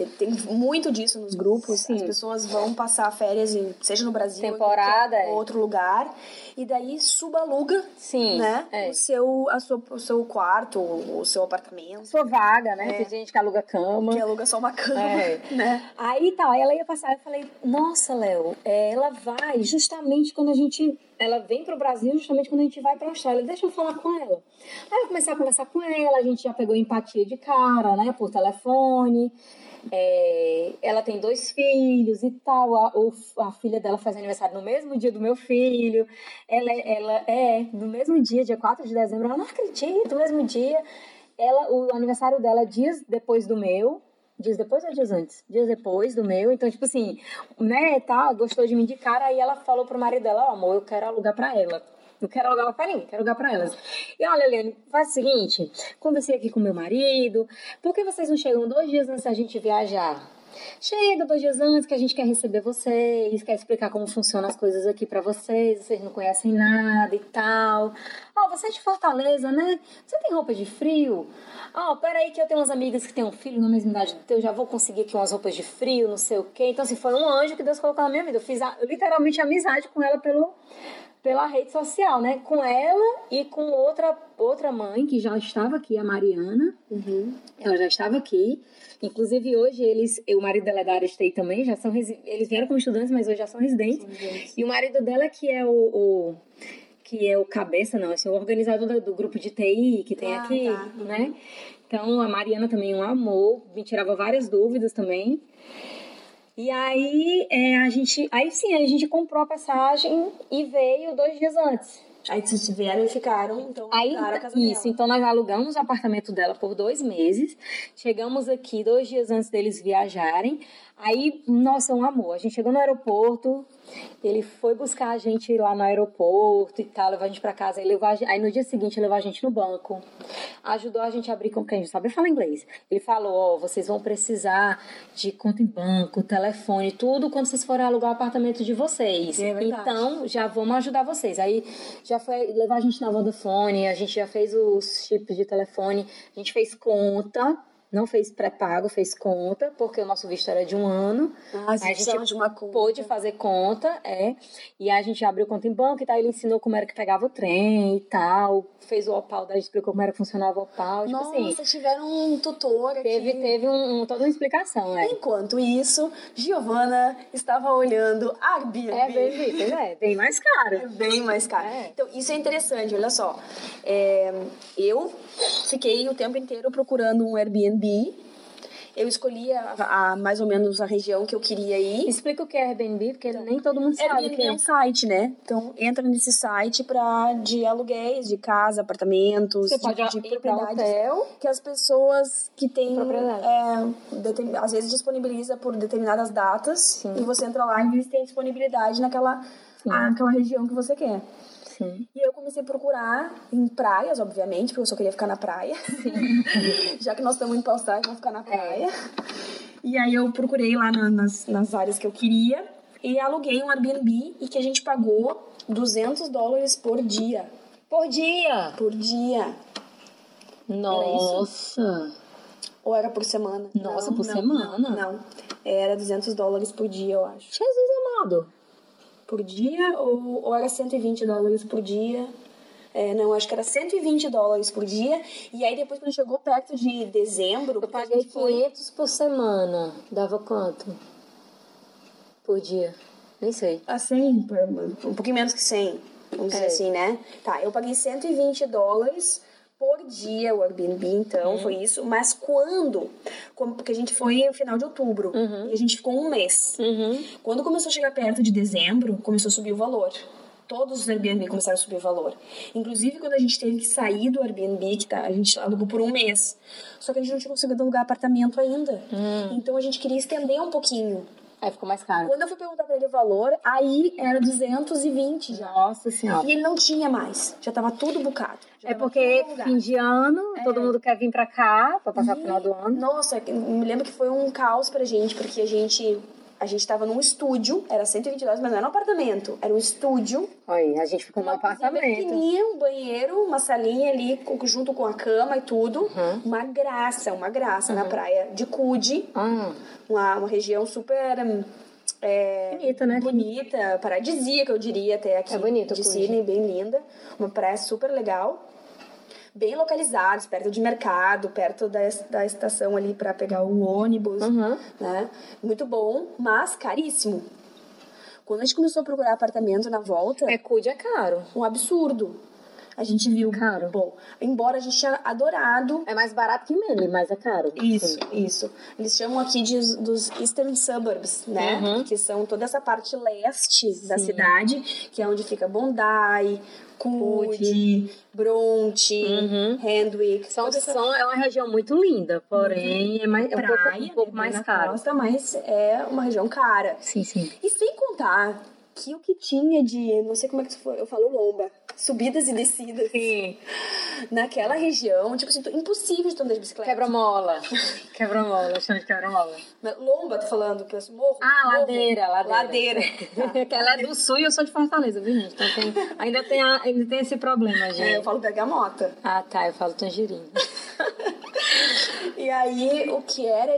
A: eh, Tem muito disso nos grupos.
B: Sim.
A: As pessoas vão passar férias, em, seja no Brasil, ou em
B: Temporada,
A: qualquer
B: é.
A: outro lugar. E daí subaluga,
B: Sim.
A: né?
B: é.
A: O, seu, a sua, o seu quarto, o o seu apartamento.
B: Sua vaga, né? Tem gente que aluga cama.
A: Que aluga só uma cama,
B: É.
A: né?
B: Aí tá, aí ela ia passar, eu falei, nossa, Léo, é, ela vai justamente quando a gente. Ela vem pro Brasil justamente quando a gente vai pra Austrália. Deixa eu falar com ela. Aí eu comecei a conversar com ela, a gente já pegou empatia de cara, né? Por telefone. É, ela tem dois filhos e tal. A, o- a filha dela faz aniversário no mesmo dia do meu filho. Ela, é- ela é, no mesmo dia, dia 4 de dezembro. Ela não acredita, no mesmo dia. Ela, o aniversário dela é dias depois do meu. Dias depois ou dias antes? Dias depois do meu. Então, tipo assim, né, tá, gostou de mim de cara. Aí ela falou pro marido dela, ó, amor, eu quero alugar pra ela. Não quero alugar pra ninguém, quero alugar pra elas. E olha, Eliane, faz o seguinte, conversei aqui com meu marido, por que vocês não chegam dois dias antes da gente viajar? Chega dois dias antes que a gente quer receber vocês, quer explicar como funcionam as coisas aqui pra vocês, vocês não conhecem nada e tal. Ó, você é de Fortaleza, né? Você tem roupa de frio? Ó, Ah, peraí que eu tenho umas amigas que têm um filho na mesma idade do teu, já vou conseguir aqui umas roupas de frio, não sei o quê. Então, assim, foi um anjo que Deus colocou na minha vida. Eu fiz a- literalmente amizade com ela pelo, pela rede social, né? Com ela e com outra, outra mãe que já estava aqui, a Mariana. Ela já estava aqui. Inclusive, hoje eles, o marido dela é da área de TI também, já são resi- eles vieram como estudantes, mas hoje já são residentes. E o marido dela, que é o. o- que é o cabeça, não, esse é o organizador do, do grupo de TI que tem
A: Ah,
B: aqui,
A: tá.
B: né? Então, a Mariana também é um amor, me tirava várias dúvidas também. E aí, é, a gente... Aí sim, a gente comprou a passagem e veio dois dias antes.
A: Aí vocês vieram e ficaram, então
B: Aí,
A: alugaram a casa
B: isso,
A: dela.
B: então nós alugamos o apartamento dela por dois meses. Chegamos aqui dois dias antes deles viajarem. Aí, nossa, um amor. A gente chegou no aeroporto, ele foi buscar a gente lá no aeroporto e tal, levou a gente pra casa. Aí, levou a gen- aí no dia seguinte, levou a gente no banco. Ajudou a gente a abrir com quem a gente sabe falar inglês. Ele falou: Ó, vocês vão precisar de conta em banco, telefone, tudo quando vocês forem alugar o apartamento de vocês.
A: É verdade.
B: então, então, já vamos ajudar vocês. Aí já foi levar a gente na Vodafone, a gente já fez os chips de telefone, a gente fez conta, não fez pré-pago, fez conta, porque o nosso visto era de um ano.
A: Ah,
B: A gente
A: gente de uma conta.
B: Pôde fazer conta, é. E aí a gente abriu conta em banco e tal, ele ensinou como era que pegava o trem e tal. Fez o opal, daí explicou como era que funcionava o opal. Tipo
A: Nossa,
B: assim,
A: tiveram um tutor aqui.
B: teve, teve um, um- toda uma explicação, é.
A: Enquanto isso, Giovana estava olhando Airbnb.
B: É bem, bem, é, bem mais caro.
A: É bem mais caro.
B: É.
A: Então, isso é interessante, olha só. É, eu fiquei o tempo inteiro procurando um Airbnb. Eu escolhi a, a- mais ou menos a região que eu queria ir.
B: Explica o que é Airbnb, porque nem todo mundo sabe. o
A: Airbnb
B: que
A: é um site, né? Então, entra nesse site pra, de aluguéis, de casa, apartamentos,
B: Você
A: de,
B: pode
A: de
B: ir para
A: propriedades
B: hotel,
A: que as pessoas que têm
B: Propriedade.
A: é, determin- às vezes disponibiliza por determinadas datas e você entra lá e eles têm disponibilidade naquela aquela região que você quer.
B: Sim.
A: E eu comecei a procurar em praias, obviamente, porque eu só queria ficar na praia. Já que nós estamos em Paustar, vamos ficar na praia. É. E aí eu procurei lá na- nas, nas áreas que eu queria e aluguei um Airbnb e que a gente pagou 200 dólares por dia.
B: Por dia!
A: por dia.
B: Nossa!
A: Ou era por semana?
B: Nossa,
A: Não,
B: por
A: não,
B: semana?
A: Não, não. Era 200 dólares por dia, eu acho.
B: Jesus amado!
A: Por dia? Ou, ou era 120 dólares por dia? É, não, acho que era 120 dólares por dia. E aí depois, quando chegou perto de dezembro,
B: Eu
A: porque a
B: paguei
A: gente foi-
B: 500 por semana. Dava quanto? Por dia? Nem sei.
A: a 100, por- um pouquinho menos que 100, vamos dizer
B: É.
A: assim, né? Tá, eu paguei 120 dólares por dia o Airbnb, então,
B: Uhum.
A: foi isso. Mas quando? Como, porque a gente foi no final de outubro
B: Uhum.
A: e a gente ficou um mês. Quando começou a chegar perto de dezembro, começou a subir o valor. Todos os Airbnb começaram a subir o valor. Inclusive, quando a gente teve que sair do Airbnb, que tá, a gente alugou por um mês. Só que a gente não tinha conseguido alugar apartamento ainda.
B: Hum.
A: Então, a gente queria estender um pouquinho.
B: Aí ficou mais caro.
A: Quando eu fui perguntar pra ele o valor, aí era 220 já.
B: Nossa senhora.
A: E ele não tinha mais. Já tava tudo bucado. Já
B: É
A: tava
B: porque
A: tudo alugado.
B: fim de ano, todo mundo quer vir pra cá pra passar o final do ano.
A: Nossa, eu me lembro que foi um caos pra gente, porque a gente. A gente tava num estúdio, era 120 dólares, mas não era um apartamento, era um estúdio.
B: Aí, a gente ficou no
A: uma cozinha
B: Um apartamento.
A: pequenininha, um banheiro, uma salinha ali co- junto com a cama e tudo.
B: Uhum.
A: Uma graça, uma graça na praia de Cude,
B: Ah,
A: uma, uma região super. hum, é,
B: bonito, né?
A: bonita, paradisíaca, eu diria até aqui.
B: É bonito,
A: De
B: Cujo.
A: Sydney, bem linda. Uma praia super legal. Bem localizados, perto de mercado, perto da, es- da estação ali para pegar o ônibus,
B: Uhum.
A: né? Muito bom, mas caríssimo. Quando a gente começou a procurar apartamento na volta,
B: É cuide é caro.
A: um absurdo. A gente viu.
B: Caro.
A: Bom, embora a gente tinha adorado
B: É mais barato que Meli, mas é caro.
A: isso, isso. Eles chamam aqui de, dos Eastern Suburbs, né?
B: Uhum.
A: Que são toda essa parte leste da cidade, que é onde fica Bondi, Coode, Bronte,
B: Uhum.
A: Handwick.
B: São,
A: toda essa
B: são, é uma região muito linda, porém é, mais, é um pouco, um pouco
A: né,
B: mais
A: na
B: caro.
A: Costa, mas é uma região cara.
B: Sim, sim.
A: E sem contar que o que tinha de, não sei como é que isso foi, eu falo lomba, subidas e descidas
B: Sim.
A: naquela região, tipo assim, impossível de tu andar de bicicleta.
B: Quebra-mola. Quebra-mola, chama de quebra-mola.
A: Lomba, tô falando, penso, morro.
B: Ah,
A: morro.
B: ladeira, ladeira.
A: Ladeira.
B: Que Ela é do sul e eu sou de Fortaleza, viu, gente? Então tem- ainda, tem a- ainda tem esse problema,
A: É, eu
B: gente.
A: falo bergamota.
B: Ah, tá, eu falo tangerina.
A: E aí, o que era,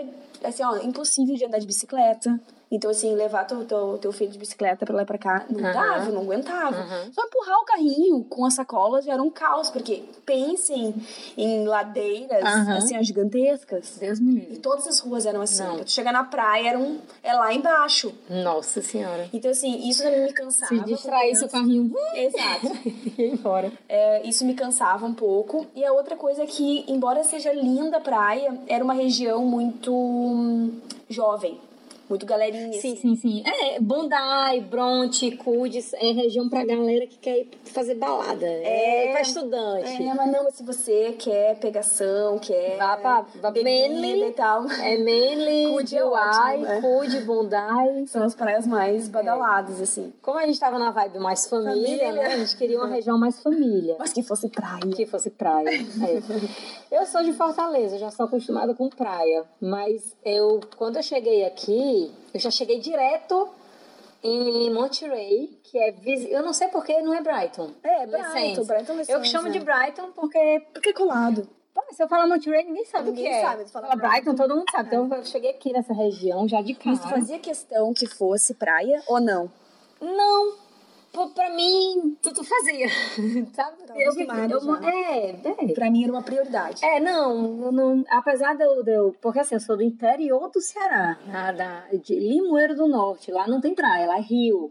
A: assim, ó, impossível de andar de bicicleta. Então, assim, levar teu, teu, teu filho de bicicleta pra lá e pra cá, não
B: Aham.
A: dava, não aguentava. Só empurrar o carrinho com a sacola já era um caos, porque pensem em ladeiras,
B: Aham.
A: assim, ó, gigantescas.
B: Deus me
A: E
B: livre.
A: todas as ruas eram assim.
B: Não.
A: Pra tu chegar na praia, era um, é lá embaixo.
B: Nossa senhora.
A: Então, assim, isso também me cansava.
B: Se distrair seu carrinho uh,
A: Exato.
B: e ir embora.
A: É, isso me cansava um pouco. E a outra coisa é que, embora seja linda a praia, era uma região muito hum, jovem, muito galerinha.
B: Sim,
A: assim.
B: sim, sim. É, Bondi, Bronte, Cudes é região pra galera que quer ir fazer balada. É,
A: É.
B: pra estudante.
A: É, mas não, mas se você quer pegação, quer
B: Vá pra- vá pra Manly.
A: bebida e tal,
B: É Manly,
A: Cude é ótimo,
B: Kuwait,
A: é.
B: Cude, Bondi.
A: são as praias
B: É.
A: mais badaladas, assim.
B: Como a gente tava na vibe mais família,
A: Família.
B: né? A gente queria uma região mais família.
A: Mas que fosse praia.
B: Que fosse praia. É. Eu sou de Fortaleza, já sou acostumada com praia. Mas eu, quando eu cheguei aqui, eu já cheguei direto em Monterey, que é... vizi- Eu não sei porque não é Brighton.
A: É, Brighton,
B: Licença.
A: Brighton
B: Eu que chamo de Tá. Brighton porque...
A: Porque é colado.
B: pô, se eu falar Monterey, ninguém sabe o
A: Ninguém
B: que é.
A: sabe, tu fala
B: Fala Brighton, todo mundo sabe. Então eu cheguei aqui nessa região já de
A: Mas tu
B: cara.
A: fazia questão que fosse praia ou não?
B: Não, pô, pra mim, tudo fazia. Sabe?
A: Tava acostumada
B: eu-
A: Tá já.
B: é, é,
A: Pra mim era uma prioridade.
B: É, não, eu não- apesar de eu, de eu- Porque assim, eu sou do interior do Ceará, né, da- de Limoeiro do Norte. Lá não tem praia, lá é rio.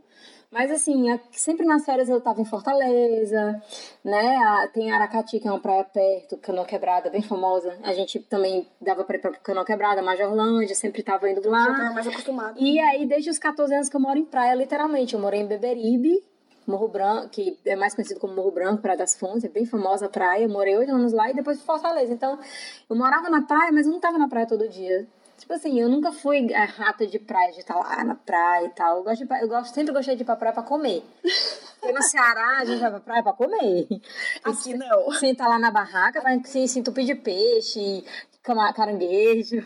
B: Mas assim, a- sempre nas férias eu tava em Fortaleza, né? a- tem Aracati, que é uma praia perto, Canoa Quebrada, bem famosa. A gente também dava pra ir pra Canoa Quebrada, Majorlândia, sempre tava indo lá.
A: Já tava mais acostumada.
B: E aí, desde os 14 anos que eu moro em praia, literalmente. Eu morei em Beberibe, Morro Branco, que é mais conhecido como Morro Branco, Praia das Fontes, é bem famosa a praia. Eu morei oito anos lá e depois fui pra Fortaleza. Então, eu morava na praia, mas eu não tava na praia todo dia. Tipo assim, eu nunca fui a rata de praia, de estar lá na praia e tal. Eu, gosto de pra- eu gosto, sempre gostei de ir pra praia pra comer. Porque no Ceará, a gente vai pra praia pra comer.
A: Aqui não.
B: Senta lá na barraca, vai se se entupir de peixe, caranguejo.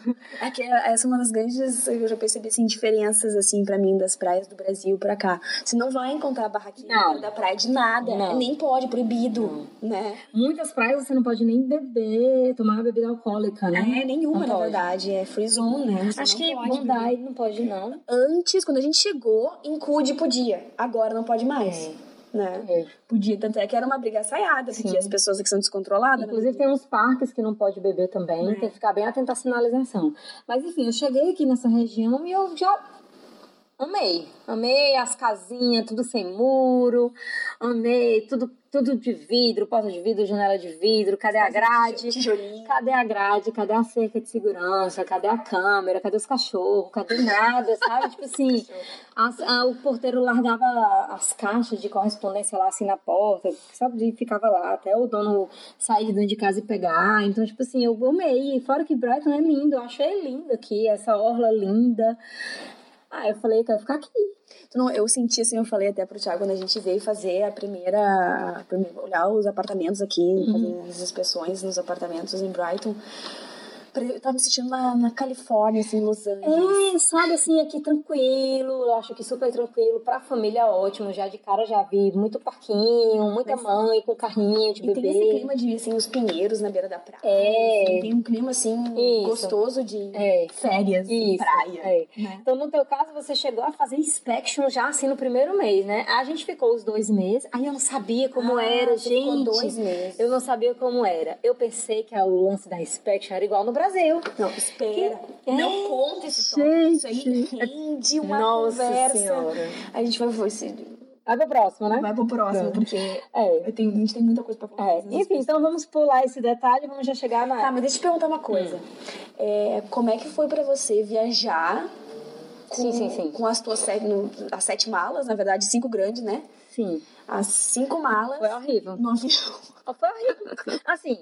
A: É que essa é uma das grandes, eu já percebi, assim, diferenças, assim, pra mim, das praias do Brasil pra cá. Você não vai encontrar barraquinha
B: Não.
A: da praia de nada, É,
B: Não.
A: nem pode, proibido, né?
B: Muitas praias você não pode nem beber, tomar bebida alcoólica, né?
A: É, nenhuma,
B: Não
A: na
B: pode.
A: verdade, é free zone, né? Você
B: Acho
A: não
B: que
A: pode
B: Bandai não pode, não.
A: antes, quando a gente chegou, em Cude podia. Agora não pode mais. Né?
B: É.
A: Podia, tanto é que era uma briga ensaiada, porque
B: Sim.
A: as pessoas que são descontroladas. né?
B: Inclusive tem uns parques que não pode beber também, tem que ficar bem atento à sinalização. Mas enfim, eu cheguei aqui nessa região e eu já amei. Amei as casinhas, tudo sem muro, amei tudo, tudo de vidro, porta de vidro, janela de vidro, cadê a grade?
A: Tijolinho.
B: Cadê a grade? Cadê a cerca de segurança? Cadê a câmera? Cadê os cachorros? Cadê nada, sabe? Tipo assim, as- a- o porteiro largava as caixas de correspondência lá assim na porta, sabe? E ficava lá até o dono sair de dentro de casa e pegar. Então, tipo assim, eu amei. Fora que Brighton é lindo, eu achei lindo aqui, essa orla linda. Ah, eu falei, quero ficar aqui.
A: Então, não, eu senti assim, eu falei até pro Thiago quando a gente veio fazer a primeira. a primeira- olhar os apartamentos aqui, fazer as inspeções nos apartamentos em Brighton. Pare- Eu tava me sentindo na, na Califórnia, assim, em Los Angeles.
B: É, sabe assim, aqui tranquilo, eu acho que super tranquilo, pra família ótimo, já de cara já vi muito parquinho, muita
A: Mas-
B: mãe com carrinho de
A: é. E tem esse
B: bebê.
A: clima de, assim, os pinheiros na beira da praia.
B: É.
A: assim, tem um clima, assim,
B: Isso.
A: gostoso de
B: É,
A: férias,
B: isso,
A: praia.
B: é.
A: né?
B: Então, no teu caso, você chegou a fazer inspection já assim no primeiro mês, né? A gente ficou os dois meses, aí eu não sabia como
A: Ah,
B: era,
A: tu ficou
B: gente.
A: dois meses.
B: Eu não sabia como era. Eu pensei que o lance da inspection era igual no Brasil.
A: Não, espera.
B: Que-
A: Não
B: É,
A: conta isso
B: gente.
A: Isso aí rende uma
B: Nossa
A: conversa.
B: senhora.
A: A gente vai, vai, se-
B: Vai pro próximo, né?
A: vai pro próximo,
B: Não.
A: porque
B: É.
A: eu tenho- a gente tem muita coisa pra falar.
B: É. Enfim, então vamos pular esse detalhe, vamos já chegar na.
A: Tá, mas deixa eu te perguntar uma coisa. É, como é que foi pra você viajar com,
B: Sim, sim, sim.
A: com as tuas sete, no- as sete malas, na verdade, cinco grandes, né?
B: Sim.
A: As cinco malas
B: Foi horrível.
A: no avião.
B: Foi horrível. Assim,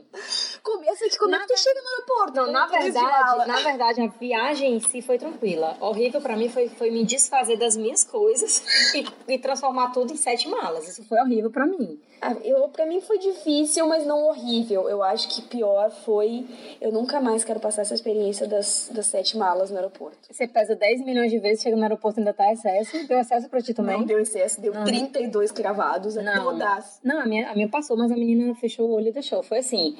A: Começa de como é
B: Na
A: que tu
B: ver-
A: chega no aeroporto?
B: Não, na
A: Com tudo de
B: verdade,
A: mala.
B: na verdade, a viagem em si foi tranquila. Horrível pra mim foi, foi me desfazer das minhas coisas e, e transformar tudo em sete malas. Isso foi horrível pra mim.
A: Ah, Eu, pra mim foi difícil, mas não horrível. Eu acho que pior foi. Eu nunca mais quero passar essa experiência das, das sete malas no aeroporto.
B: Você pesa 10 milhões de vezes, chega no aeroporto e ainda tá excesso. Deu excesso pra ti também?
A: Não deu excesso, deu 32 cravados, é
B: Não.
A: todas.
B: Não, a minha, a minha passou, mas a menina fechou o olho e deixou. Foi assim.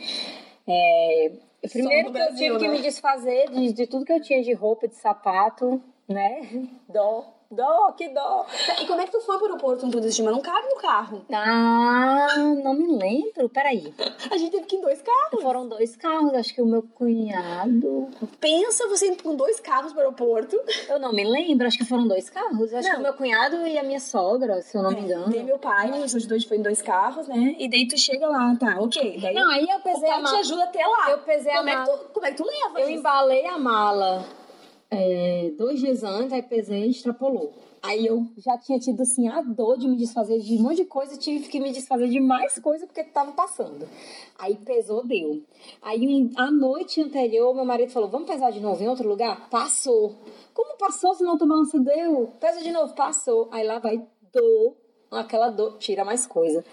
B: é, primeiro
A: no
B: que eu
A: Brasil,
B: tive que
A: né?
B: me desfazer de, de tudo que eu tinha de roupa, de sapato, né? Dó. Dó, que dó.
A: Tá, E como é que tu foi pro aeroporto com tudo isso? Mas não cabe no carro.
B: Ah, não me lembro. Peraí.
A: A gente teve que ir em dois carros.
B: Foram dois carros, acho que o meu cunhado.
A: Pensa você indo com dois carros pro aeroporto.
B: Eu não me lembro, acho que foram dois carros. Acho que
A: Não.
B: o meu cunhado e a minha sogra, se eu não me engano.
A: Dei meu pai, né? os dois foi em dois carros, né? E daí tu chega lá, tá, ok. Daí
B: Não, aí eu
A: o
B: pesei a
A: pai te
B: mala.
A: ajuda até lá.
B: Eu pesei a
A: como, é que
B: mala.
A: tu, como é que tu leva
B: Eu
A: isso?
B: embalei a mala é, dois dias antes, aí pesei e extrapolou. Aí eu já tinha tido assim a dor de me desfazer de um monte de coisa, e tive que me desfazer de mais coisa porque tava passando. Aí pesou, deu. Aí em- a noite anterior, meu marido falou: Vamos pesar de novo em outro lugar? Passou. Como passou se não balança deu? Pesa de novo, passou. Aí lá vai dor. Aquela dor, tira mais coisa.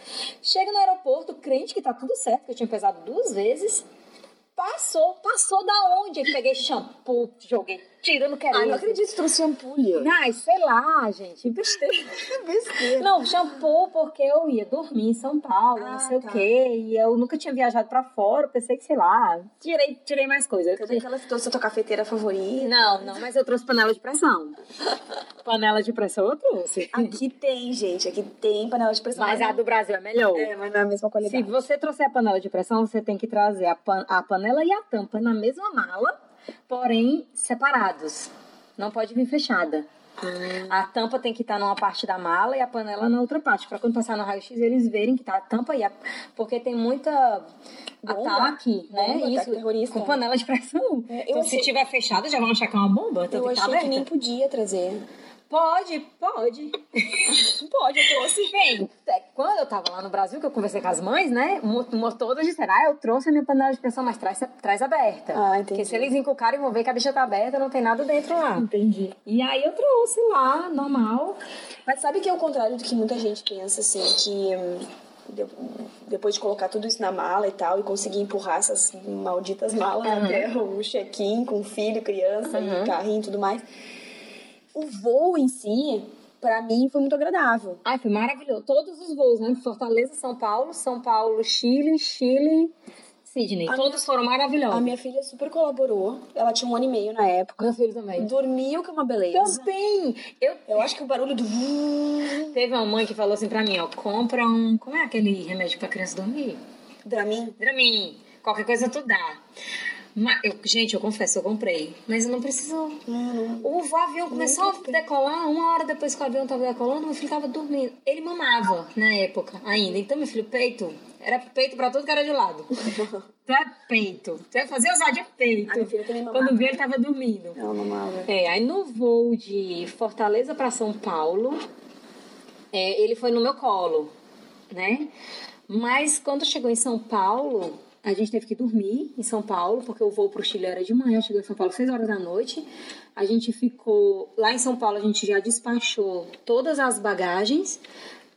B: Chega no aeroporto, crente que tá tudo certo, que eu tinha pesado duas vezes. Passou, passou da onde? Eu peguei shampoo, joguei, tirando querendo.
A: Ah, não acredito que trouxe ampulha.
B: Ai, sei lá, gente, besteira.
A: Besteira.
B: Não, shampoo porque eu ia dormir em São Paulo,
A: Ah,
B: não sei
A: tá.
B: o quê, e eu nunca tinha viajado pra fora, eu pensei que, sei lá, tirei, tirei mais coisa.
A: Cadê aquela que trouxe a tua cafeteira favorita?
B: Não, não, mas eu trouxe panela de pressão. panela de pressão eu trouxe.
A: Aqui tem, gente. Aqui tem panela de pressão.
B: Mas a do Brasil é melhor.
A: É, mas não é a mesma
B: Se
A: qualidade.
B: você trouxer a panela de pressão, você tem que trazer a, pan- a panela e a tampa na mesma mala, porém separados. Não pode vir fechada.
A: Hum.
B: A tampa tem que estar numa parte da mala e a panela na outra parte, Pra quando passar no raio-x eles verem que tá a tampa e a porque tem muita
A: Bomba.
B: ataque, né?
A: Bomba, ataque
B: Isso
A: terrorista.
B: com panela de pressão.
A: É, eu
B: então
A: achei-
B: se tiver fechada já vão achar que é uma bomba, então
A: Eu
B: tem que tá
A: achei que
B: aberta.
A: nem podia trazer.
B: Pode, pode. pode, eu trouxe. Bem, é, quando eu tava lá no Brasil, que eu conversei com as mães, né? Uma, uma todas disseram, ah, eu trouxe a minha panela de pressão, mas traz, traz aberta.
A: Ah, entendi.
B: É. Porque se eles encucarem, vão ver que a bicha tá aberta, não tem nada dentro lá.
A: Entendi.
B: E aí eu trouxe lá, normal.
A: Mas sabe que é o contrário do que muita gente pensa, assim, que hum, de- depois de colocar tudo isso na mala e tal, e conseguir empurrar essas malditas malas até o check-in com filho, criança e carrinho e tudo mais. O voo em si, pra mim, foi muito agradável.
B: Ai, foi maravilhoso. Todos os voos, né? Fortaleza, São Paulo, São Paulo, Chile, Chile, Sydney.
A: A-
B: Todos foram
A: A
B: maravilhosos.
A: minha filha super colaborou, ela tinha um ano e meio na época,
B: Meu filho também.
A: dormiu que é uma beleza.
B: Também! Eu
A: Eu acho que o barulho do...
B: Teve uma mãe que falou assim pra mim, ó, compra um... Como é aquele remédio pra criança dormir?
A: Dramin.
B: Dramin, qualquer coisa tu dá. Ma- eu- gente, eu confesso, eu comprei. Mas eu não preciso...
A: Hum,
B: O voo- avião começou a decolar, uma hora depois que o avião tava decolando, meu filho tava dormindo. Ele mamava na época ainda. Então, meu filho, peito... Era peito pra tudo que era de lado. tu é peito. Tu ia fazer ousadia peito.
A: A minha filha também mamava.
B: Quando viu, ele tava dormindo.
A: Ela mamava.
B: É, aí no voo de Fortaleza pra São Paulo, é, ele foi no meu colo, né? Mas quando chegou em São Paulo, a gente teve que dormir em São Paulo, porque o voo pro Chile era de manhã, chegou em São Paulo 6 horas da noite. A gente ficou. Lá em São Paulo, a gente já despachou todas as bagagens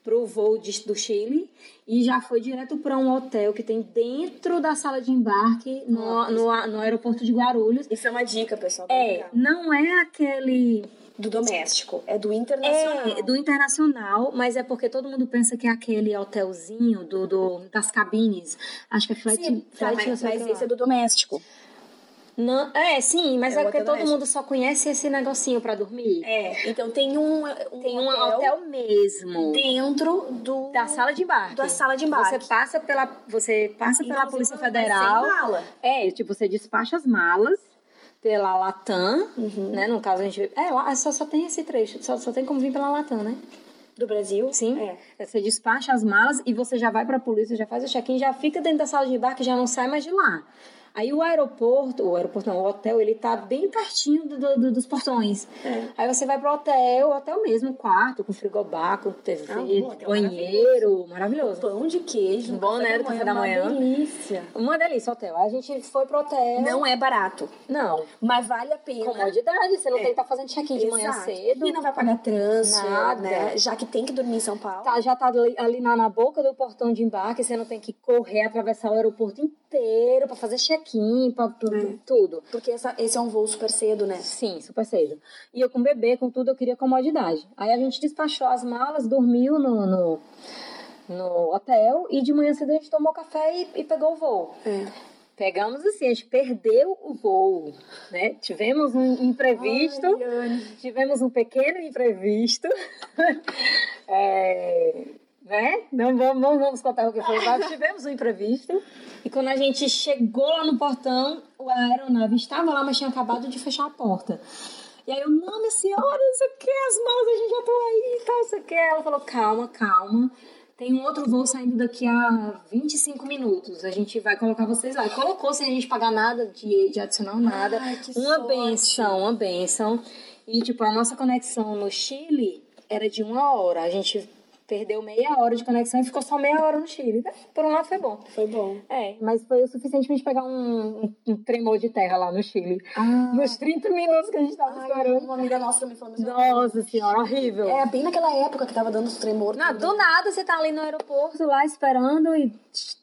B: pro voo de- do Chile e já foi direto para um hotel que tem dentro da sala de embarque no, no, no aeroporto de Guarulhos.
A: Isso é uma dica, pessoal. pra
B: É,
A: ficar.
B: não é aquele
A: Do doméstico. É do internacional.
B: é, do internacional, mas é porque todo mundo pensa que é aquele hotelzinho do, do- das cabines. Acho que é flight,
A: Sim, tá,
B: flight
A: mas,
B: não sei o que
A: mas
B: lá.
A: esse é do doméstico.
B: Não, é, sim, mas
A: É
B: é,
A: o
B: porque
A: hotel
B: todo
A: doméstico.
B: mundo só conhece esse negocinho pra dormir.
A: É, então tem um, um
B: Tem um hotel, mesmo
A: dentro do
B: da sala de embarque.
A: da sala de embarque.
B: Você passa pela você passa pela
A: Inclusive,
B: Polícia
A: não é
B: Federal.
A: sem mala.
B: É, tipo, você despacha as malas pela Latam, né? No caso a gente é lá, só só tem esse trecho, só só tem como vir pela Latam, né?
A: do Brasil.
B: Sim.
A: É.
B: Você despacha as malas e você já vai pra polícia, já faz o check-in, já fica dentro da sala de embarque, já não sai mais de lá. Aí o aeroporto, o aeroporto não, o hotel, ele tá bem pertinho do- do- do- dos portões.
A: É.
B: Aí você vai pro hotel, hotel mesmo, quarto, com frigobar, com TV,
A: Ah, bom, hotel
B: banheiro, maravilhoso.
A: Pão de queijo.
B: Bom, né, do café da manhã.
A: Uma delícia.
B: Uma delícia o hotel. Aí A gente foi pro hotel.
A: Não é barato,
B: Não.
A: mas vale a pena.
B: Comodidade, você não tem que estar fazendo check-in de
A: É.
B: manhã
A: Exato.
B: cedo.
A: E não vai pagar trânsito,
B: Nada.
A: né? Já que tem que dormir em São Paulo.
B: Tá- já tá ali, ali na, na boca do portão de embarque, você não tem que correr, atravessar o aeroporto inteiro pra fazer check-in, pra tu- tudo.
A: Porque essa- esse é um voo super cedo, né?
B: Sim, super cedo. E eu com bebê, com tudo, eu queria comodidade. Aí a gente despachou as malas, dormiu no, no, no hotel e de manhã cedo a gente tomou café e, e pegou o voo.
A: É.
B: Pegamos assim, a gente perdeu o voo, né? Tivemos um imprevisto.
A: Ai, Eliane.
B: Tivemos um pequeno imprevisto. É, né? Não vamos, não vamos contar o que foi, mas tivemos um imprevisto. E quando a gente chegou lá no portão, a aeronave estava lá, mas tinha acabado de fechar a porta. E aí eu, não, minha senhora, não sei o que, as malas a gente já estão aí e tal, não sei o que. Ela falou, calma, calma. Tem um outro voo saindo daqui a 25 minutos. A gente vai colocar vocês lá. E Colocou sem a gente pagar nada de, de adicional, nada.
A: Ai, que
B: uma
A: sorte.
B: benção, uma benção. E, tipo, a nossa conexão no Chile era de uma hora. A gente perdeu meia hora de conexão e ficou só meia hora no Chile. Por um lado foi bom.
A: Foi bom.
B: É, mas foi o suficiente pra gente pegar um, um- um tremor de terra lá no Chile.
A: Ah.
B: Nos 30 minutos que a gente tava
A: Ai,
B: esperando.
A: uma amiga nossa também falou a mesma
B: Nossa senhora, horrível.
A: É bem naquela época que tava dando os tremor.
B: Não,
A: tudo.
B: do nada você tá ali no aeroporto, lá esperando e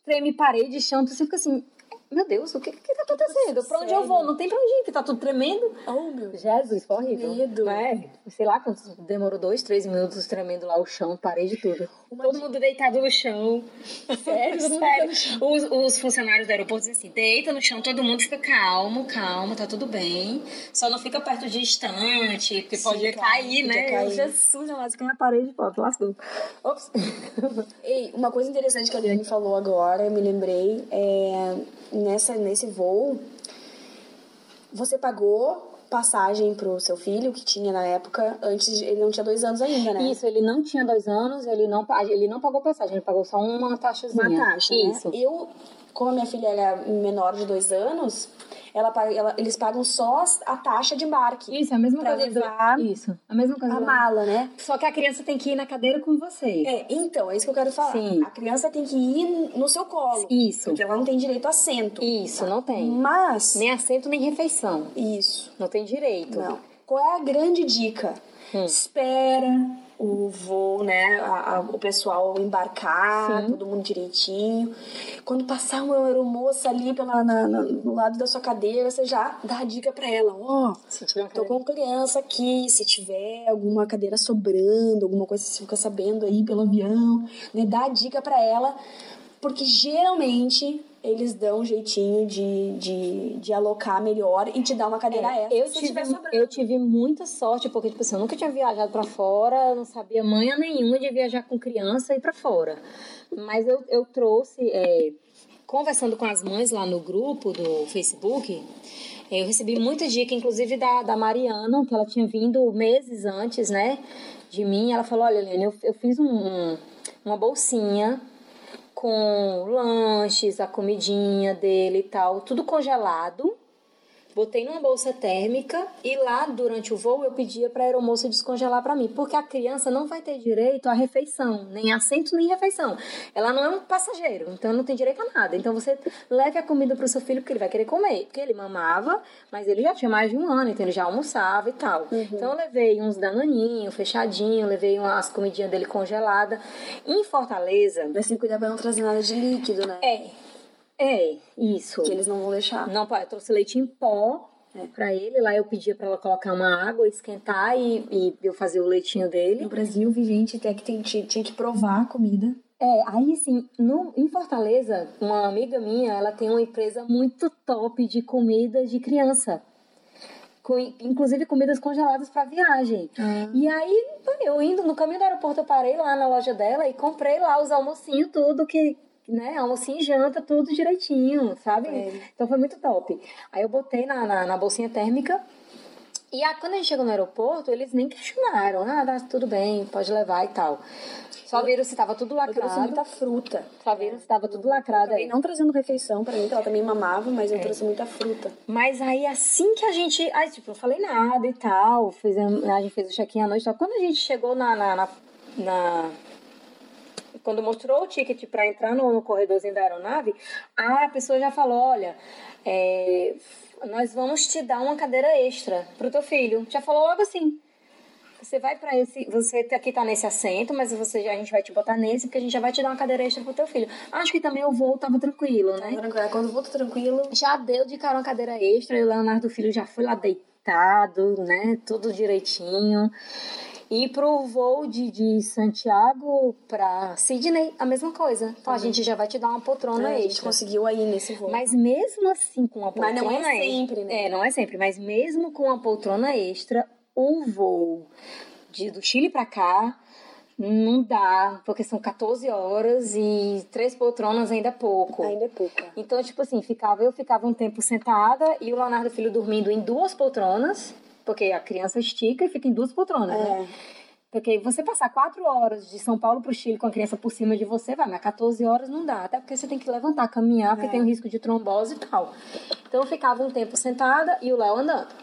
B: treme parede, chão, você fica assim, meu Deus, o que que tá acontecendo? Pra onde eu vou? Não tem pra onde ir, que tá tudo tremendo.
A: Oh, meu Deus.
B: Jesus, foi horrível.
A: Medo.
B: É, sei lá quantos, demorou dois, três minutos tremendo lá o chão, parede, tudo. Todo mundo deitado no chão. Sério,
A: Todo mundo
B: sério. Os, os funcionários do aeroporto dizem assim, deita no chão, todo mundo fica calmo, calmo, tá tudo bem. Só não fica perto de estante, porque
A: Sim,
B: pode
A: claro,
B: cair,
A: podia
B: né?
A: cair.
B: Jesus, mas quem é a parede, pô, lascou. Ops.
A: Ei, uma coisa interessante que a Liane falou agora, eu me lembrei, é, nessa, nesse voo, você pagou passagem pro seu filho, que tinha na época, antes de, ele não tinha dois anos ainda, né?
B: Isso, ele não tinha dois anos, ele não, pa- ele não pagou passagem, ele pagou só uma taxazinha.
A: Uma taxa, né?
B: Isso.
A: Eu, como a minha filha era menor de dois anos, ela, pa- ela- eles pagam só as- a taxa de embarque.
B: Isso, a mesma
A: Pra
B: coisa. do-
A: levar
B: Isso, a mesma coisa.
A: A
B: do-
A: mala, né?
B: Só que a criança tem que ir na cadeira com você.
A: É, então, é isso que eu quero falar.
B: Sim.
A: A criança tem que ir no seu colo.
B: Isso.
A: Porque ela não tem direito a assento.
B: Isso, não tem.
A: Mas.
B: Nem assento, nem refeição.
A: Isso.
B: Não tem direito.
A: Hum. Não. Qual é a grande dica? Espera o voo, né? a- a- o pessoal embarcar, todo mundo direitinho. Quando passar uma aeromoça ali pela, na- na- no lado da sua cadeira, você já dá a dica pra ela: ó,
B: Se tiver um
A: tô com criança aqui, se tiver alguma cadeira sobrando, alguma coisa que você fica sabendo aí pelo avião, né? Dá a dica pra ela, porque geralmente eles dão um jeitinho de, de, de alocar melhor e te dar uma cadeira extra
B: É, eu
A: É, se
B: tive,
A: tiver sobrando.
B: eu tive muita sorte, porque, tipo assim, eu nunca tinha viajado pra fora, eu não sabia manha nenhuma de viajar com criança e ir pra fora. Mas eu, eu trouxe, é, conversando com as mães lá no grupo do Facebook, é, eu recebi muita dica, inclusive da, da Mariana, que ela tinha vindo meses antes, né, de mim. Ela falou: Olha, Helena, eu, eu fiz um- um- uma bolsinha com lanches, a comidinha dele e tal, tudo congelado. Botei numa bolsa térmica e lá durante o voo eu pedia para a aeromoça descongelar para mim, porque a criança não vai ter direito à refeição, nem assento nem refeição. Ela não é um passageiro, então não tem direito a nada. Então você leve a comida para o seu filho porque ele vai querer comer, porque ele mamava, mas ele já tinha mais de um ano, então ele já almoçava e tal. Então eu levei uns dananinhos fechadinho, levei umas comidinhas dele congelada. Em Fortaleza,
A: Mas tem que cuidar pra não trazer nada de líquido, né?
B: é, é isso.
A: Que eles não vão deixar.
B: Não, pá, eu trouxe leite em pó
A: É.
B: pra ele. Lá eu pedia pra ela colocar uma água, esquentar e, e eu fazia o leitinho
A: No
B: dele.
A: Brasil, vi gente até que tem- tinha tinha que provar a comida.
B: É, aí assim, no, em Fortaleza, uma amiga minha, ela tem uma empresa muito top de comida de criança. Com, inclusive comidas congeladas pra viagem.
A: Ah.
B: E aí, eu indo no caminho do aeroporto, eu parei lá na loja dela e comprei lá os almocinhos, tudo que, né, almocinho e janta, tudo direitinho, sabe?
A: É.
B: Então foi muito top. Aí eu botei na, na, na bolsinha térmica. E aí, quando a gente chegou no aeroporto, eles nem questionaram. Ah, tá, tudo bem, pode levar e tal. Só viram se tava tudo
A: Eu trouxe
B: lacrado.
A: muita fruta.
B: Só viram se tava tudo lacrado
A: Acabei
B: aí.
A: não trazendo refeição pra mim, que ela também mamava, mas eu trouxe muita fruta.
B: Mas aí assim que a gente. Aí, tipo, eu falei nada e tal. Fizemos, a gente fez o check-in à noite. e tal. quando a gente chegou na. na, na- na- quando mostrou o ticket pra entrar no, no corredorzinho da aeronave, a pessoa já falou: olha, é, nós vamos te dar uma cadeira extra pro teu filho. Já falou logo assim. Você vai pra esse, você aqui tá nesse assento, mas você, a gente vai te botar nesse porque a gente já vai te dar uma cadeira extra pro teu filho. Acho que também o voo tava tranquilo, né?
A: Tranquilo. Tá Quando volto tranquilo,
B: já deu de cara uma cadeira extra e o Leonardo Filho já foi lá deitado, né? Tudo direitinho. E pro voo de, de Santiago pra Sydney, a mesma coisa. Então a gente já vai te dar uma poltrona
A: né, a gente
B: extra.
A: conseguiu aí nesse voo.
B: Mas mesmo assim, com uma
A: Mas
B: poltrona
A: não é
B: extra-
A: sempre, né?
B: É, não é sempre. Mas mesmo com a poltrona extra, o voo de, do Chile pra cá não dá, porque são 14 horas e três poltronas ainda é pouco.
A: Ainda é pouco. é.
B: Então, tipo assim, ficava, eu ficava um tempo sentada e o Leonardo Filho dormindo em duas poltronas, porque a criança estica e fica em duas poltronas, né?
A: É.
B: Porque você passar quatro horas de São Paulo pro Chile com a criança por cima de você, vai, mas 14 horas não dá. Até porque você tem que levantar, caminhar, porque
A: É.
B: tem o risco de trombose e tal. Então eu ficava um tempo sentada e o Léo andando.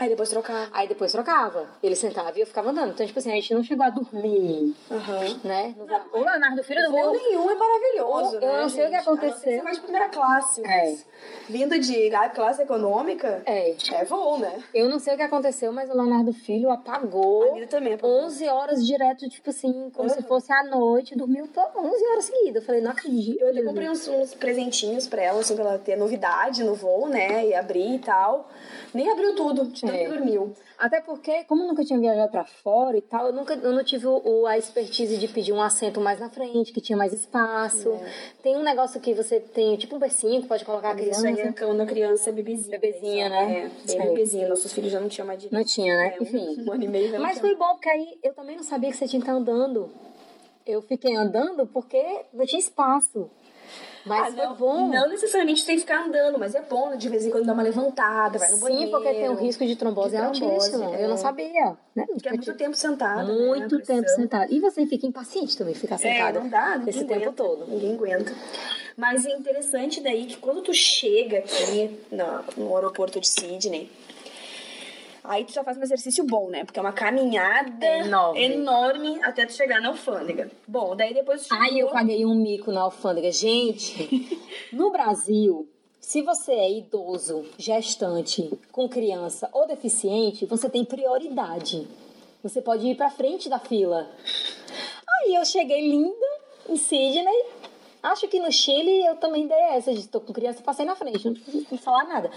A: Aí depois trocava.
B: Aí depois trocava. Ele sentava e eu ficava andando. Então, tipo assim, a gente não chegou a dormir,
A: Aham.
B: né? No voo. O Leonardo Filho
A: Não,
B: dormiu.
A: nenhum é maravilhoso,
B: Eu
A: né,
B: não sei o que
A: gente?
B: aconteceu.
A: A não ser que Você vai de primeira classe, mas vindo de ah, classe econômica,
B: É.
A: é voo, né?
B: Eu não sei o que aconteceu, mas o Leonardo Filho apagou.
A: A Lida também é apagou.
B: 11 horas direto, tipo assim, como se
A: Uhum.
B: fosse à noite. Dormiu to- 11 horas seguidas. Eu falei, não acredito.
A: Eu até comprei um- uns, uns presentinhos pra ela, assim, pra ela ter novidade no voo, né? E abrir e tal. Nem abriu tudo, de tanto
B: É.
A: que dormiu.
B: Até porque, como eu nunca tinha viajado pra fora e tal, eu nunca eu não tive o, o- a expertise de pedir um assento mais na frente, que tinha mais espaço.
A: É.
B: Tem um negócio que você tem, tipo um bercinho que pode colocar a
A: Isso
B: criança.
A: aí é quando a criança é bebezinha.
B: Bebezinha, né?
A: É, bem
B: É.
A: bebezinha. Nossos filhos já não tinham mais de...
B: Não tinha, né?
A: É, um-
B: Enfim.
A: Um ano e meio já não
B: Mas
A: tinha
B: foi bom, porque aí eu também não sabia que você tinha que estar andando. Eu fiquei andando porque não tinha espaço. Mas
A: Ah,
B: foi
A: não,
B: bom.
A: Não necessariamente tem que ficar andando, mas é bom de vez em quando dar uma levantada, vai no
B: Sim,
A: banheiro.
B: porque tem um risco de
A: De
B: trombose,
A: trombose,
B: altíssimo.
A: é.
B: Eu não sabia. Né?
A: Porque é muito tempo sentado. né,
B: Muito
A: a
B: tempo
A: pressão.
B: sentado. E você fica impaciente também, ficar
A: É,
B: sentado
A: não dá, ninguém
B: esse
A: aguenta,
B: tempo todo.
A: Ninguém aguenta. Mas é interessante daí que quando tu chega aqui na- no aeroporto de Sydney, aí tu já faz um exercício bom, né? Porque é uma caminhada
B: É Enorme.
A: enorme até tu chegar na alfândega. Bom, daí depois tu
B: Aí eu
A: chegou-
B: paguei um mico na alfândega. Gente, no Brasil, se você é idoso, gestante, com criança ou deficiente, você tem prioridade. Você pode ir pra frente da fila. Aí eu cheguei linda em Sydney. Acho que no Chile eu também dei essa de tô com criança, passei na frente, não preciso falar nada.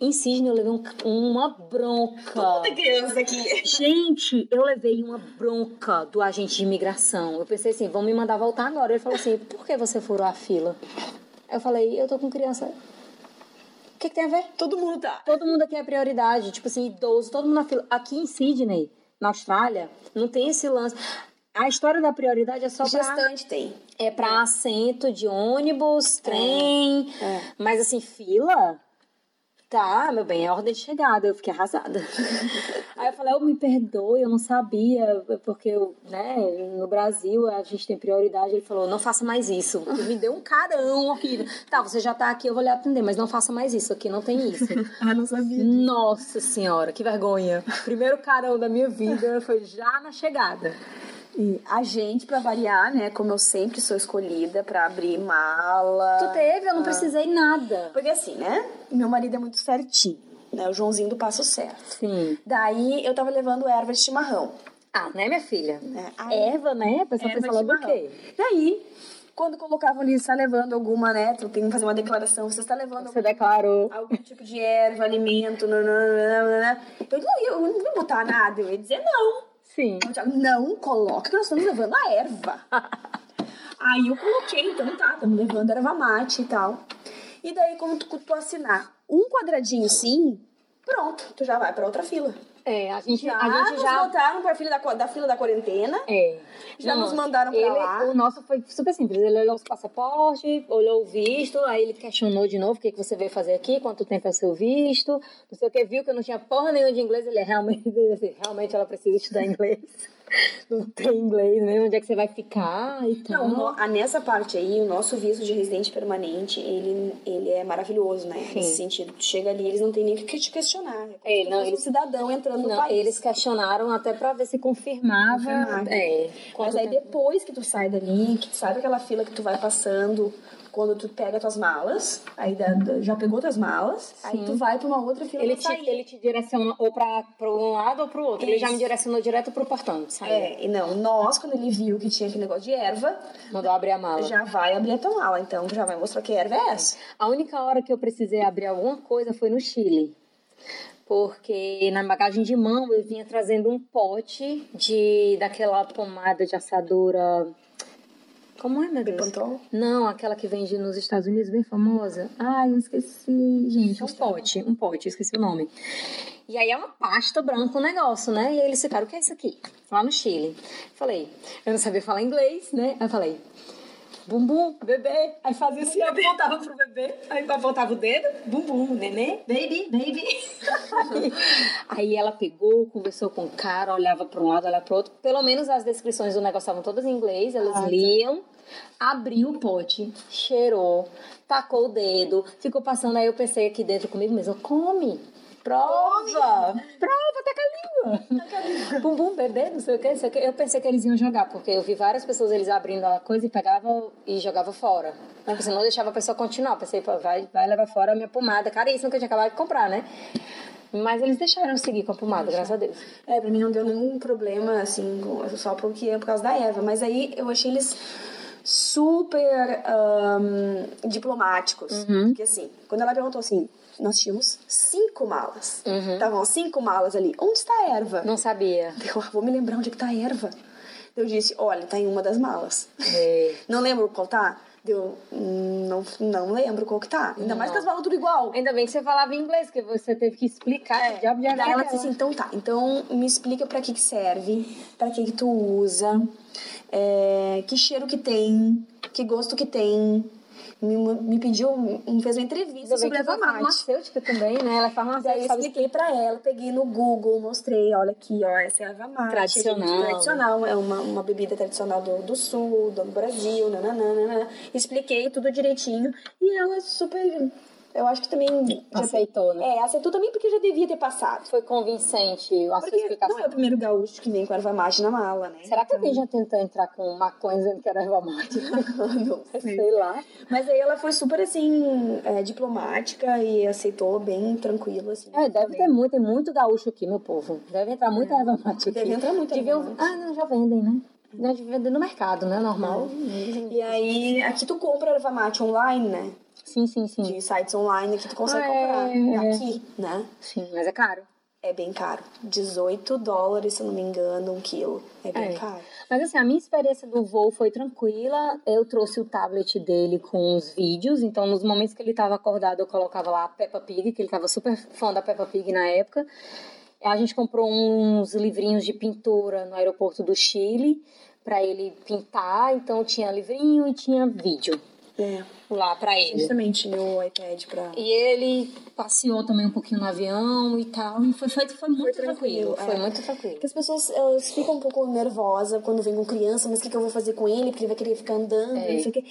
B: Em Sydney eu levei um- uma bronca.
A: Toda criança aqui.
B: Gente, eu levei uma bronca do agente de imigração. Eu pensei assim, vão me mandar voltar agora. Ele falou assim, por que você furou a fila? Eu falei, eu tô com criança. O que, que tem a ver?
A: Todo mundo tá.
B: Todo mundo aqui é prioridade, tipo assim, idoso, todo mundo na fila. Aqui em Sydney, na Austrália, não tem esse lance. A história da prioridade é só pra,
A: Gestante tem.
B: é pra assento de ônibus, trem,
A: É.
B: mas assim, fila? Tá, meu bem, é ordem de chegada, eu fiquei arrasada. Aí eu falei, eu me perdoe, eu não sabia, porque eu, né, no Brasil a gente tem prioridade. Ele falou, não faça mais isso. E me deu um carão horrível. Tá, você já tá aqui, eu vou lhe atender, mas não faça mais isso, aqui não tem isso.
A: Ah, não sabia.
B: Nossa senhora, que vergonha. Primeiro carão da minha vida foi já na chegada.
A: E a gente, pra variar, né? Como eu sempre sou escolhida pra abrir mala.
B: Tu teve, eu não precisei nada.
A: Porque assim, né? Meu marido é muito certinho, né? O Joãozinho do Passo Certo.
B: Sim.
A: Daí eu tava levando erva de chimarrão.
B: Ah, né, minha filha?
A: Né?
B: Erva, né? A pessoa
A: Erva
B: pensa logo o
A: chimarrão.
B: quê?
A: Daí, quando colocavam ali, está levando alguma, né? Tu tem que fazer uma declaração, você está levando
B: Você declarou.
A: algum, algum tipo de erva, alimento, nananana. Eu não ia, eu não ia botar nada, eu ia dizer não.
B: Sim.
A: Aí o Thiago, não coloca que nós estamos levando a erva. Aí eu coloquei, então tá, estamos levando erva mate e tal. E daí, quando tu, tu assinar um quadradinho sim, pronto, tu já vai pra outra fila.
B: É, a gente já.
A: Já,
B: A gente
A: nos
B: já
A: botaram pra fila da, qua- da fila da quarentena.
B: é.
A: Já
B: Não,
A: nos mandaram pra
B: ele,
A: lá.
B: O nosso foi super simples. Ele olhou os passaportes, olhou o visto, aí ele questionou de novo o que, que você veio fazer aqui, quanto tempo é o seu visto, não sei o que, viu que eu não tinha porra nenhuma de inglês. Ele é realmente, ele disse, realmente ela precisa estudar inglês. Não tem inglês, né? Onde é que você vai ficar e tal.
A: Não, no- ah, nessa parte aí, o nosso visto de residente permanente, ele, ele é maravilhoso, né? Nesse sentido, tu chega ali, eles não tem nem o que te questionar. É como
B: É,
A: se
B: não,
A: fosse um
B: eles-
A: cidadão entrando no
B: Não,
A: país.
B: eles questionaram até pra ver se confirmava.
A: Confirmava.
B: É.
A: Mas
B: quanto
A: aí
B: tempo-
A: depois que tu sai dali, que tu sai daquela fila que tu vai passando, quando tu pega tuas malas, aí da- da- já pegou tuas malas, aí tu vai pra uma outra fila
B: ele
A: pra
B: te,
A: sair.
B: ele te direciona ou pra, pra um lado ou pro outro. Ele já
A: Isso.
B: me direcionou direto pro portão. Saiu.
A: É, e não, nós, quando ele viu que tinha aquele negócio de erva,
B: Mandou abrir a mala.
A: já vai abrir a tua mala, então já vai mostrar que erva é essa.
B: A única hora que eu precisei abrir alguma coisa foi no Chile. Porque na bagagem de mão eu vinha trazendo um pote de daquela pomada de assadura. Como é, meu Deus?
A: Pantol?
B: Não, aquela que vende nos Estados Unidos, bem famosa. Ai, eu esqueci, gente. Um pote, um pote, eu esqueci o nome. E aí é uma pasta branca o negócio, né? E aí eles ficaram, o que é isso aqui? Lá no Chile. Falei, eu não sabia falar inglês, né? Aí eu falei, bumbum, bebê. Aí fazia assim, eu apontava pro bebê, aí apontava o dedo, bumbum, nenê, baby, baby. Aí ela pegou, conversou com o cara, olhava para um lado, olhava para outro. Pelo menos as descrições do negócio estavam todas em inglês, elas liam. Abriu o pote, cheirou, tacou o dedo, ficou passando. Aí eu pensei aqui dentro comigo mesma: come, prova, prova, taca a língua. Bum bum, bebê, não sei o que, não sei o que. Eu pensei que eles iam jogar, porque eu vi várias pessoas eles abrindo a coisa e pegavam e jogavam fora. Né? Porque não deixava a pessoa continuar. Pensei, pô, vai, vai levar fora a minha pomada caríssima que eu tinha acabado de comprar, né? Mas eles deixaram eu seguir com a pomada, graças a Deus.
A: É, pra mim não deu nenhum problema, assim, com- só porque é por causa da erva. Mas aí eu achei eles super ahn, diplomáticos. Porque assim, quando ela perguntou assim, nós tínhamos cinco malas. Estavam as cinco malas ali. Onde está a erva?
B: Não sabia.
A: Eu "Ah, vou me lembrar onde é que tá a erva. Eu disse, olha, tá em uma das malas.
B: É.
A: Não lembro qual tá? Deu, "Hum, não, não lembro qual que tá. Ainda mais que as malas tudo igual.
B: Ainda bem que você falava inglês, que você teve que explicar. que diabo de
A: E daí ela
B: ela
A: disse assim, então tá, então me explica pra que que serve, pra que que tu usa, é, que cheiro que tem, que gosto que tem. Me, me pediu, me fez uma entrevista sobre
B: ela
A: erva
B: é
A: mate.
B: farmacêutica também, né? Ela é
A: Daí eu
B: farmacêutica, sabe?
A: expliquei pra ela, peguei no Google, mostrei, olha aqui, ó, essa é erva mate.
B: Tradicional. né?"
A: gente, Tradicional, é uma, uma bebida tradicional do, do sul, do Brasil, nananana. Expliquei tudo direitinho e ela super eu acho que também. já-
B: Aceitou, né?
A: É, aceitou também porque já devia ter passado.
B: Foi convincente a sua
A: Porque
B: explicação.
A: não é o primeiro gaúcho que vem com erva mate na mala, né?
B: Será que alguém já tentou entrar com maconha dizendo que era erva mate?
A: Não sei.
B: Sei lá.
A: Mas aí ela foi super, assim, é, diplomática e aceitou bem tranquilo, assim.
B: É, deve ter muito, tem muito gaúcho aqui, meu povo. Deve entrar muita erva mate aqui.
A: É. Deve entrar muita
B: Deviam-
A: erva mate.
B: Ah, não, já vendem, né? Não, já vendem no mercado, né? Normal.
A: E aí, aqui tu compra erva mate online, né?
B: Sim, sim, sim.
A: De sites online que tu consegue
B: Ah,
A: comprar.
B: é.
A: Aqui, né?
B: Sim, mas é caro.
A: É bem caro. 18 dólares, se eu não me engano, um quilo. É bem
B: É.
A: caro.
B: Mas assim, a minha experiência do voo foi tranquila. Eu trouxe o tablet dele com os vídeos, então nos momentos que ele estava acordado, eu colocava lá a Peppa Pig, que ele estava super fã da Peppa Pig na época. A gente comprou uns livrinhos de pintura no aeroporto do Chile para ele pintar, então tinha livrinho e tinha vídeo
A: É.
B: lá para ele.
A: Justamente meu iPad pra.
B: E ele passeou também um pouquinho no avião e tal, e foi feito, foi muito
A: tranquilo,
B: tranquilo,
A: é.
B: foi muito tranquilo.
A: Porque as pessoas elas ficam um pouco nervosas quando vem com criança, mas o que, que eu vou fazer com ele? Porque ele vai querer ficar andando,
B: É.
A: não sei o quê.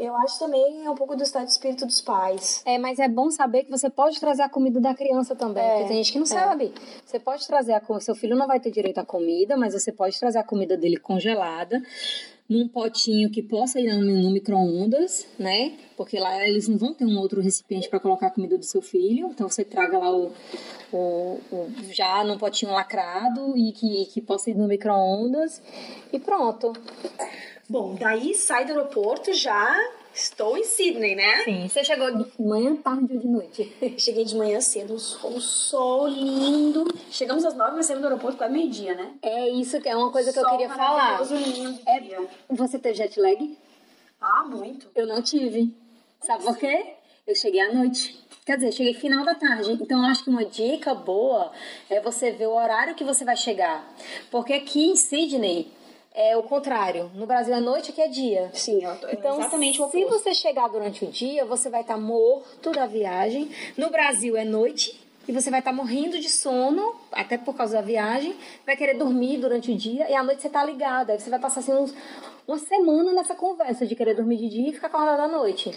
A: Eu acho também é um pouco do estado de espírito dos pais.
B: É, mas é bom saber que você pode trazer a comida da criança também, porque tem gente que não sabe. Você pode trazer a comida, seu filho não vai ter direito à comida, mas você pode trazer a comida dele congelada num potinho que possa ir no, no micro-ondas, né? Porque lá eles não vão ter um outro recipiente para colocar a comida do seu filho, então você traga lá o, o- o- já num potinho lacrado e que, que possa ir no micro-ondas e pronto.
A: Bom, daí sai do aeroporto já. Estou em Sydney, né?
B: Sim, você chegou de manhã, tarde ou de noite?
A: Cheguei de manhã cedo, um sol, um sol lindo. Chegamos às nove, mas saímos do aeroporto quase meio-dia, né?
B: É isso que é uma coisa que eu
A: Sol
B: queria falar.
A: maravilhoso, lindo
B: É-
A: dia.
B: Você teve jet lag?
A: Ah, muito.
B: Eu não tive. Sabe por quê? Eu cheguei à noite. Quer dizer, eu cheguei final da tarde. Então, eu acho que uma dica boa é você ver o horário que você vai chegar. Porque aqui em Sydney é o contrário. No Brasil é noite, aqui é dia.
A: Sim, eu tô,
B: Então,
A: exatamente o
B: se
A: oposto.
B: você chegar durante o dia, você vai estar morto da viagem. No Brasil é noite e você vai estar morrendo de sono, até por causa da viagem. Vai querer dormir durante o dia e à noite você tá ligado. Aí você vai passar assim uns, uma semana nessa conversa de querer dormir de dia e ficar acordado à noite.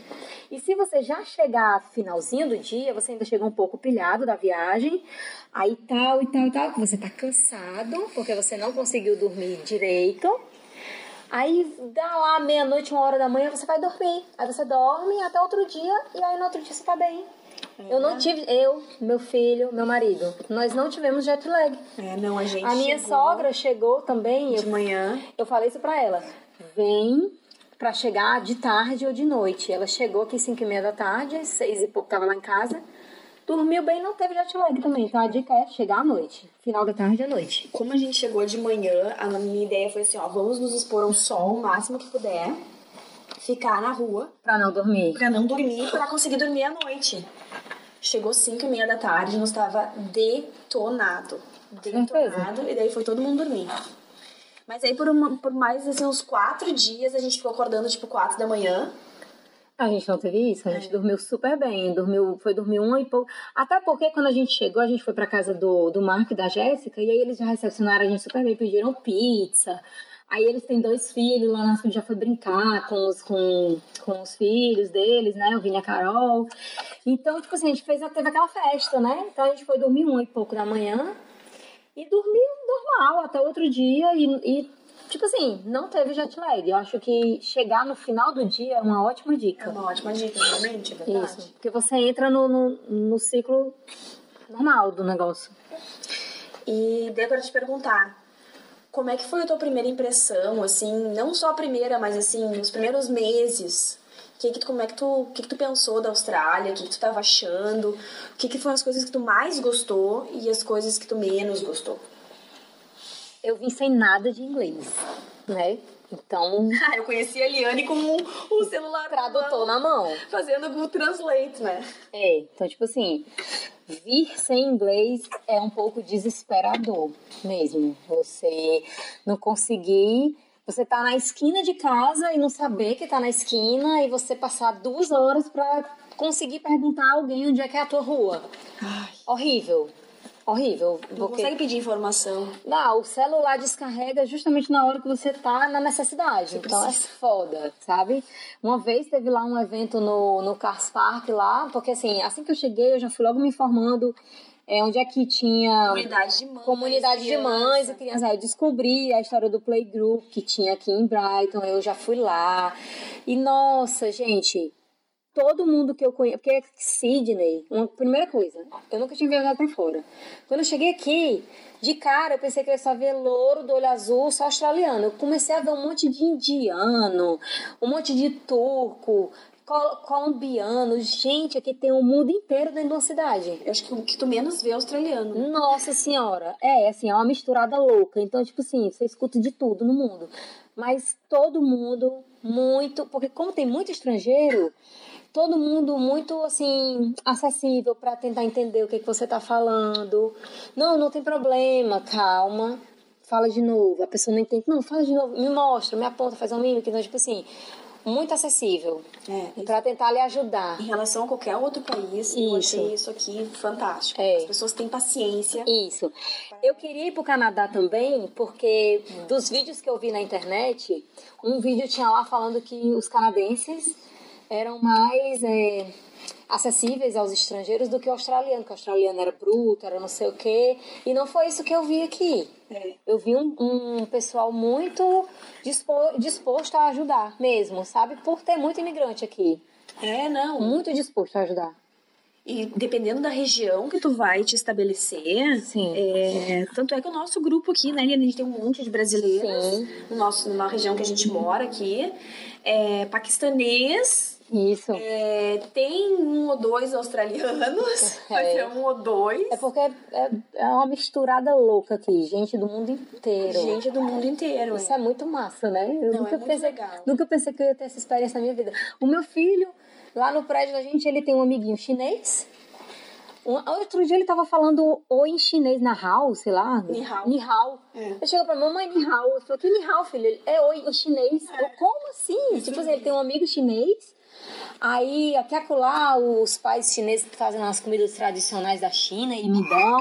B: E se você já chegar finalzinho do dia, você ainda chega um pouco pilhado da viagem, aí tal e tal e tal, que você tá cansado porque você não conseguiu dormir direito. Aí dá lá meia-noite, uma hora da manhã, você vai dormir. Aí você dorme até outro dia e aí no outro dia você tá bem. Eu não tive, eu, meu filho, meu marido, nós não tivemos jet lag.
A: É, não, a gente.
B: A minha
A: chegou
B: sogra chegou também,
A: de
B: eu,
A: manhã.
B: eu falei isso pra ela. Vem pra chegar de tarde ou de noite. Ela chegou aqui 5 e meia da tarde, às seis e pouco tava lá em casa. Dormiu bem, não teve jet lag também. Então a dica é chegar à noite. Final da tarde à noite.
A: Como a gente chegou de manhã, a minha ideia foi assim, ó, vamos nos expor ao sol o máximo que puder, ficar na rua
B: Pra não dormir.
A: pra não dormir, pra conseguir dormir à noite. Chegou 5 e meia da tarde, nós tava detonado. Detonado, e daí foi todo mundo dormir. Mas aí por, uma- por mais assim, uns quatro dias, a gente ficou acordando tipo 4 da manhã.
B: A gente não teve isso, a gente dormiu super bem, dormiu, foi dormir uma e pouco. Até porque quando a gente chegou, a gente foi pra casa do, do Marco e da Jéssica, e aí eles já recepcionaram a gente super bem, pediram pizza. Aí eles têm dois filhos, lá na frente já foi brincar com os, com, com os filhos deles, né? O Vini e a Carol. Então, tipo assim, a gente fez, teve aquela festa, né? Então a gente foi dormir uma e pouco da manhã e dormiu normal até outro dia e. e Tipo assim, não teve jet lag. Eu acho que chegar no final do dia é uma ótima dica.
A: É uma ótima dica, realmente, é verdade.
B: Isso. Porque você entra no, no, no ciclo normal do negócio.
A: E daí eu quero te perguntar, como é que foi a tua primeira impressão, assim, não só a primeira, mas assim, os primeiros meses? Que que tu, como é que tu, o que, que tu pensou da Austrália? O que, que tu tava achando? O que, que foram as coisas que tu mais gostou e as coisas que tu menos gostou?
B: Eu vim sem nada de inglês, né? Então,
A: Ah, eu conheci a Eliane com o celular
B: tradutor na mão.
A: fazendo o Translate, né?
B: É, então, tipo assim, vir sem inglês é um pouco desesperador mesmo. Você não conseguir. Você tá na esquina de casa e não saber que tá na esquina e você passar duas horas pra conseguir perguntar a alguém onde é que é a tua rua. Horrível. horrível.
A: Não consegue pedir informação.
B: Não, o celular descarrega justamente na hora que você tá na necessidade. então é foda, sabe? Uma vez teve lá um evento no, no Cars Park lá, porque assim, assim que eu cheguei, eu já fui logo me informando é, onde é que tinha
A: Comunidade de mães. assim,
B: comunidade de mães e crianças. Aí eu descobri a história do Playgroup que tinha aqui em Brighton, eu já fui lá. E nossa, gente, todo mundo que eu conheço, porque Sydney, uma primeira coisa, eu nunca tinha viajado pra fora. Quando eu cheguei aqui, de cara eu pensei que eu só ver louro do olho azul, só australiano. Eu comecei a ver um monte de indiano, um monte de turco, col- colombiano. Gente, aqui tem o mundo inteiro dentro de uma cidade.
A: Eu acho que o que tu menos vê é australiano.
B: Nossa senhora, é assim, é uma misturada louca. Então, tipo assim, você escuta de tudo no mundo. Mas todo mundo muito, porque como tem muito estrangeiro, todo mundo muito assim acessível para tentar entender o que, que você tá falando. Não, não tem problema, calma. Fala de novo. A pessoa não entende. Não, fala de novo. Me mostra, me aponta, faz uma mímica, então tipo assim, muito acessível
A: É.
B: para tentar lhe ajudar.
A: Em relação a qualquer outro país, eu
B: Isso.
A: achei isso aqui fantástico.
B: É.
A: As pessoas têm paciência.
B: Isso. Eu queria ir pro Canadá também, porque dos vídeos que eu vi na internet, um vídeo tinha lá falando que os canadenses eram mais é, acessíveis aos estrangeiros do que o australiano, que o australiano era bruto, era não sei o quê. E não foi isso que eu vi aqui.
A: É.
B: Eu vi um, um pessoal muito dispo- disposto a ajudar mesmo, sabe? Por ter muito imigrante aqui.
A: É, não.
B: Muito disposto a ajudar.
A: E dependendo da região que tu vai te estabelecer,
B: Sim.
A: é, tanto é que o nosso grupo aqui, né, Eliane, a gente tem um monte de brasileiros
B: Sim.
A: no nosso, na região que a gente mora aqui, é, paquistanês,
B: Isso.
A: é, tem um ou dois australianos,
B: É.
A: mas é um ou dois,
B: É porque é, é uma misturada louca aqui, gente do mundo inteiro.
A: gente do mundo inteiro.
B: Isso é muito massa, né? Eu
A: Não,
B: nunca
A: é muito
B: pensei,
A: legal.
B: nunca pensei que eu ia ter essa experiência na minha vida. O meu filho, lá no prédio da gente, ele tem um amiguinho chinês. Um- outro dia ele tava falando ou em chinês na hao, sei lá.
A: Ni hao.
B: hao.
A: É.
B: Eu chego pra mim, mamãe, ni hao. Eu falo, que ni hao, filho? Ele, é oi em chinês. Eu, como
A: É
B: assim? Tipo assim, ele tem um amigo chinês. Aí, até acolá, os pais chineses fazem as comidas tradicionais da China e me dão.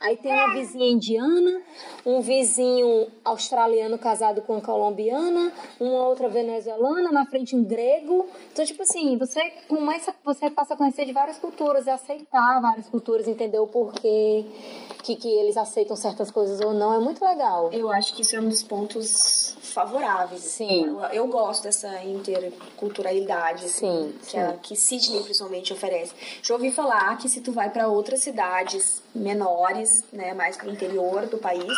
B: Aí tem uma vizinha indiana, um vizinho australiano casado com uma colombiana, uma outra venezuelana, na frente um grego. Então, tipo assim, você começa, você passa a conhecer de várias culturas e aceitar várias culturas, entender o porquê, que, que eles aceitam certas coisas ou não. É muito legal.
A: Eu acho que isso é um dos pontos favoráveis.
B: Sim.
A: Eu, eu gosto dessa interculturalidade. assim,
B: Sim,
A: Que,
B: sim.
A: a- que Sydney, principalmente, oferece. Já ouvi falar que se tu vai para outras cidades menores, né, mais pro interior do país,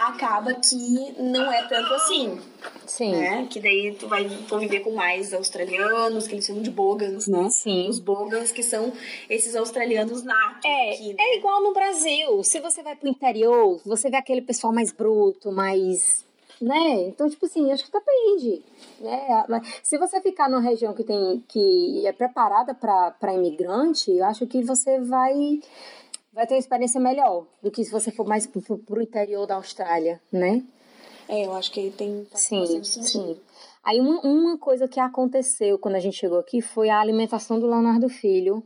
A: acaba que não é tanto assim,
B: Sim.
A: né? Que daí tu vai conviver com mais australianos, que eles chamam de bogans, né?
B: Sim.
A: Os bogans, que são esses australianos natos
B: É,
A: aqui, né?
B: é igual no Brasil. Se você vai pro interior, você vê aquele pessoal mais bruto, mais. Né? Então, tipo assim, acho que depende. Né? Mas Se você ficar numa região que tem que é preparada para imigrante, eu acho que você vai vai ter uma experiência melhor do que se você for mais pro, pro interior da Austrália, né?
A: É, eu acho que tem faz
B: Sim,
A: bastante sentido.
B: sim. Aí uma, uma coisa que aconteceu quando a gente chegou aqui foi a alimentação do Leonardo Filho.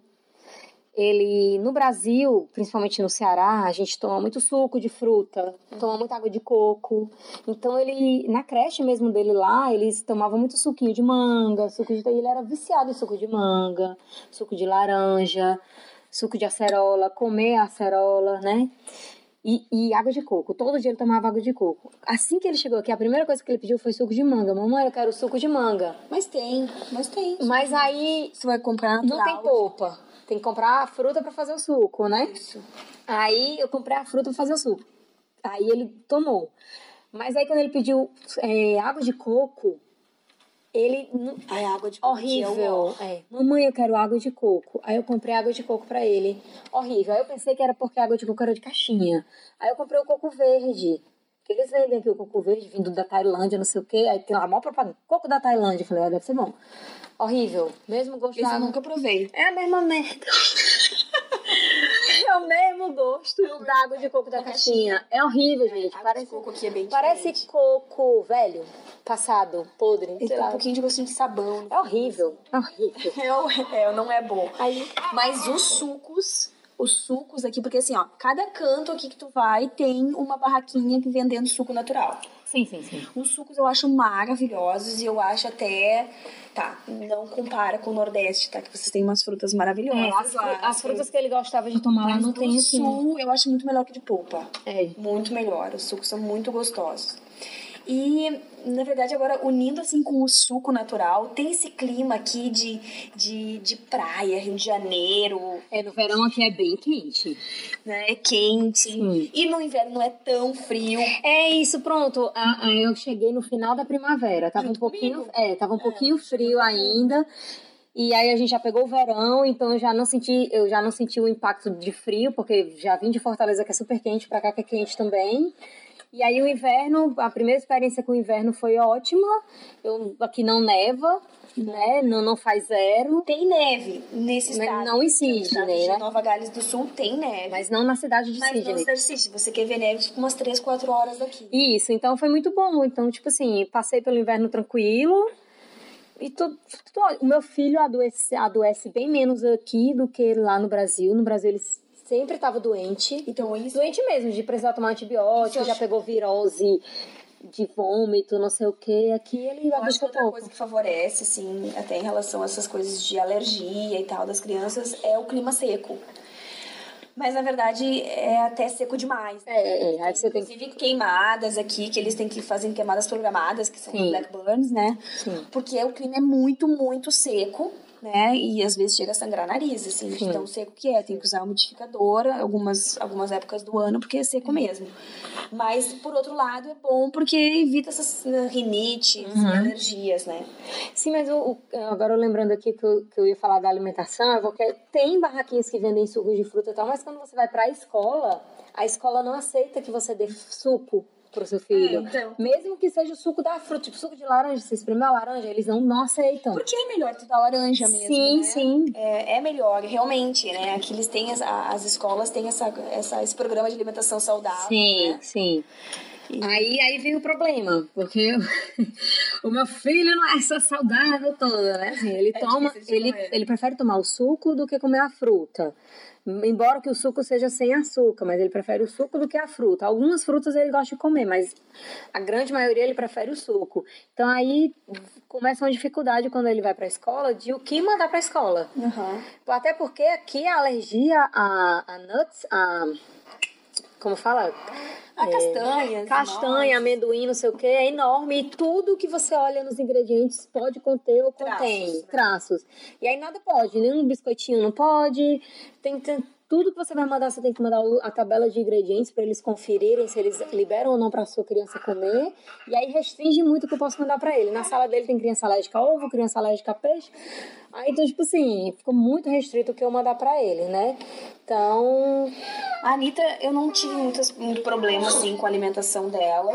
B: Ele, no Brasil, principalmente no Ceará, a gente toma muito suco de fruta, toma muita água de coco. Então ele, na creche mesmo dele lá, eles tomavam muito suquinho de manga, suco de... Ele era viciado em suco de manga, suco de laranja, suco de acerola, comer acerola, né? E, e água de coco. Todo dia ele tomava água de coco. Assim que ele chegou aqui, a primeira coisa que ele pediu foi suco de manga. Mamãe, eu quero suco de manga.
A: Mas tem, mas tem.
B: Mas aí
A: Você vai comprar
B: não tem polpa. Tem que comprar a fruta pra fazer o suco, né?
A: Isso.
B: Aí eu comprei a fruta pra fazer o suco. Aí ele tomou. Mas aí quando ele pediu é, água de coco, ele não-
A: Ai, água de
B: Horrível. É. Mamãe, eu quero água de coco. Aí eu comprei água de coco pra ele. Horrível. Aí eu pensei que era porque a água de coco era de caixinha. Aí eu comprei o coco verde. Que eles vendem aqui o coco verde vindo da Tailândia, não sei o quê. Aí tem lá a maior propaganda. Coco da Tailândia. Eu falei, ah, deve ser bom. Horrível. Mesmo gosto
A: Esse
B: da
A: eu
B: água.
A: nunca provei.
B: É a mesma merda. é o mesmo gosto da água de coco da caixinha. É horrível, gente.
A: água
B: Parece,
A: de coco aqui é bem
B: parece
A: diferente.
B: coco velho, passado, podre.
A: Ele
B: sei
A: tem
B: lá.
A: um pouquinho assim. de gostinho de sabão.
B: É horrível. É horrível.
A: É, não é bom.
B: Aí,
A: Mas os sucos, os sucos aqui, porque assim, ó, cada canto aqui que tu vai tem uma barraquinha que vendendo suco natural.
B: Sim, sim, sim.
A: Os sucos eu acho maravilhosos e eu acho até. Tá, não compara com o Nordeste, tá? Que vocês têm umas frutas maravilhosas.
B: É, as,
A: lá,
B: as frutas que ele gostava de tomar lá
A: Mas
B: não
A: do
B: tem aqui. né?
A: sul eu acho muito melhor que de polpa.
B: É.
A: Muito melhor. Os sucos são muito gostosos. E, na verdade, agora, unindo assim com o suco natural, tem esse clima aqui de, de, de praia, Rio de Janeiro,
B: É, no verão aqui é bem quente.
A: né? É quente.
B: Sim.
A: E no inverno não é tão frio.
B: É isso, pronto. A- a- eu cheguei no final da primavera. Tava um
A: Junto
B: pouquinho,
A: comigo.
B: é, tava um pouquinho frio ainda. E aí a gente já pegou o verão, então eu já não senti, eu já não senti o impacto de frio, porque já vim de Fortaleza que é super quente pra cá que é quente também. E aí o inverno, a primeira experiência com o inverno foi ótima. Eu aqui não neva, né? Não não faz zero,
A: Tem neve nesse
B: Mas
A: estado.
B: não
A: Que é
B: em
A: o estado
B: Sydney,
A: de
B: né?
A: Nova Gales do Sul tem neve.
B: mas não na cidade de
A: Mas não
B: Sydney.
A: Star City. Você quer ver neve, fica umas 3, 4 horas daqui.
B: Isso, então foi muito bom. Então, tipo assim, passei pelo inverno tranquilo. E tudo, tudo- o meu filho adoece, adoece bem menos aqui do que lá no Brasil. No Brasil ele sempre estava doente.
A: Então, isso
B: Doente mesmo, de precisar tomar antibiótico,
A: Isso
B: já
A: acho-
B: pegou virose de vômito, não sei o que. Aqui ele
A: Eu acho que
B: abaixa
A: outra
B: pouco.
A: coisa que favorece, assim, até em relação a essas coisas de alergia e tal das crianças, é o clima seco. Mas, na verdade, é até seco demais. né?
B: É, é, aí você tem que.
A: Inclusive queimadas aqui, que eles têm que fazer queimadas programadas, que são
B: Sim.
A: blackburns, né?
B: Sim.
A: Porque o clima é muito, muito seco, né? E às vezes chega a sangrar nariz, assim, de
B: Sim.
A: tão seco que é. Tem que usar umidificador algumas, algumas épocas do ano, porque é seco mesmo. Mas, por outro lado, é bom porque evita essas né, rinites,
B: Uhum.
A: alergias, né?
B: Sim, mas o, o- agora eu lembrando aqui que eu, que eu ia falar da alimentação, eu vou que tem barraquinhas que vendem sucos de fruta e tal, mas quando você vai pra escola, a escola não aceita que você dê suco pro seu filho.
A: É, então.
B: Mesmo que seja o suco da fruta, tipo suco de laranja, você espreme a laranja, eles não, não aceitam.
A: Porque é melhor tu dar laranja mesmo,
B: sim,
A: né?
B: sim.
A: É, é melhor, realmente, né? Aqui eles têm, as, a- as escolas têm essa, essa, esse programa de alimentação saudável.
B: Sim,
A: né?
B: sim. Aí, aí vem o problema, porque o meu filho não é essa saudável toda, né? Assim, ele
A: É
B: toma,
A: difícil de
B: ele,
A: comer.
B: ele prefere tomar o suco do que comer a fruta. Embora que o suco seja sem açúcar, mas ele prefere o suco do que a fruta. Algumas frutas ele gosta de comer, mas a grande maioria ele prefere o suco. Então aí começa uma dificuldade quando ele vai para a escola de o que mandar para a escola.
A: Aham.
B: Até porque aqui a alergia a, a nuts, a. Como fala?
A: A É. castanha.
B: Castanha, amendoim, não sei o que, é enorme. E tudo que você olha nos ingredientes pode conter ou
A: Traços,
B: contém
A: né?
B: traços. E aí nada pode, nenhum biscoitinho não pode. Tem, tem- tudo que você vai mandar, você tem que mandar o- a tabela de ingredientes para eles conferirem se eles liberam ou não para sua criança comer. E aí restringe muito o que eu posso mandar para ele. Na sala dele tem criança alérgica a ovo, criança alérgica a peixe. Aí, então, tipo assim, ficou muito restrito o que eu mandar para ele, né? Então,
A: A Anitta, eu não tive muitas, muito problema, assim, com a alimentação dela.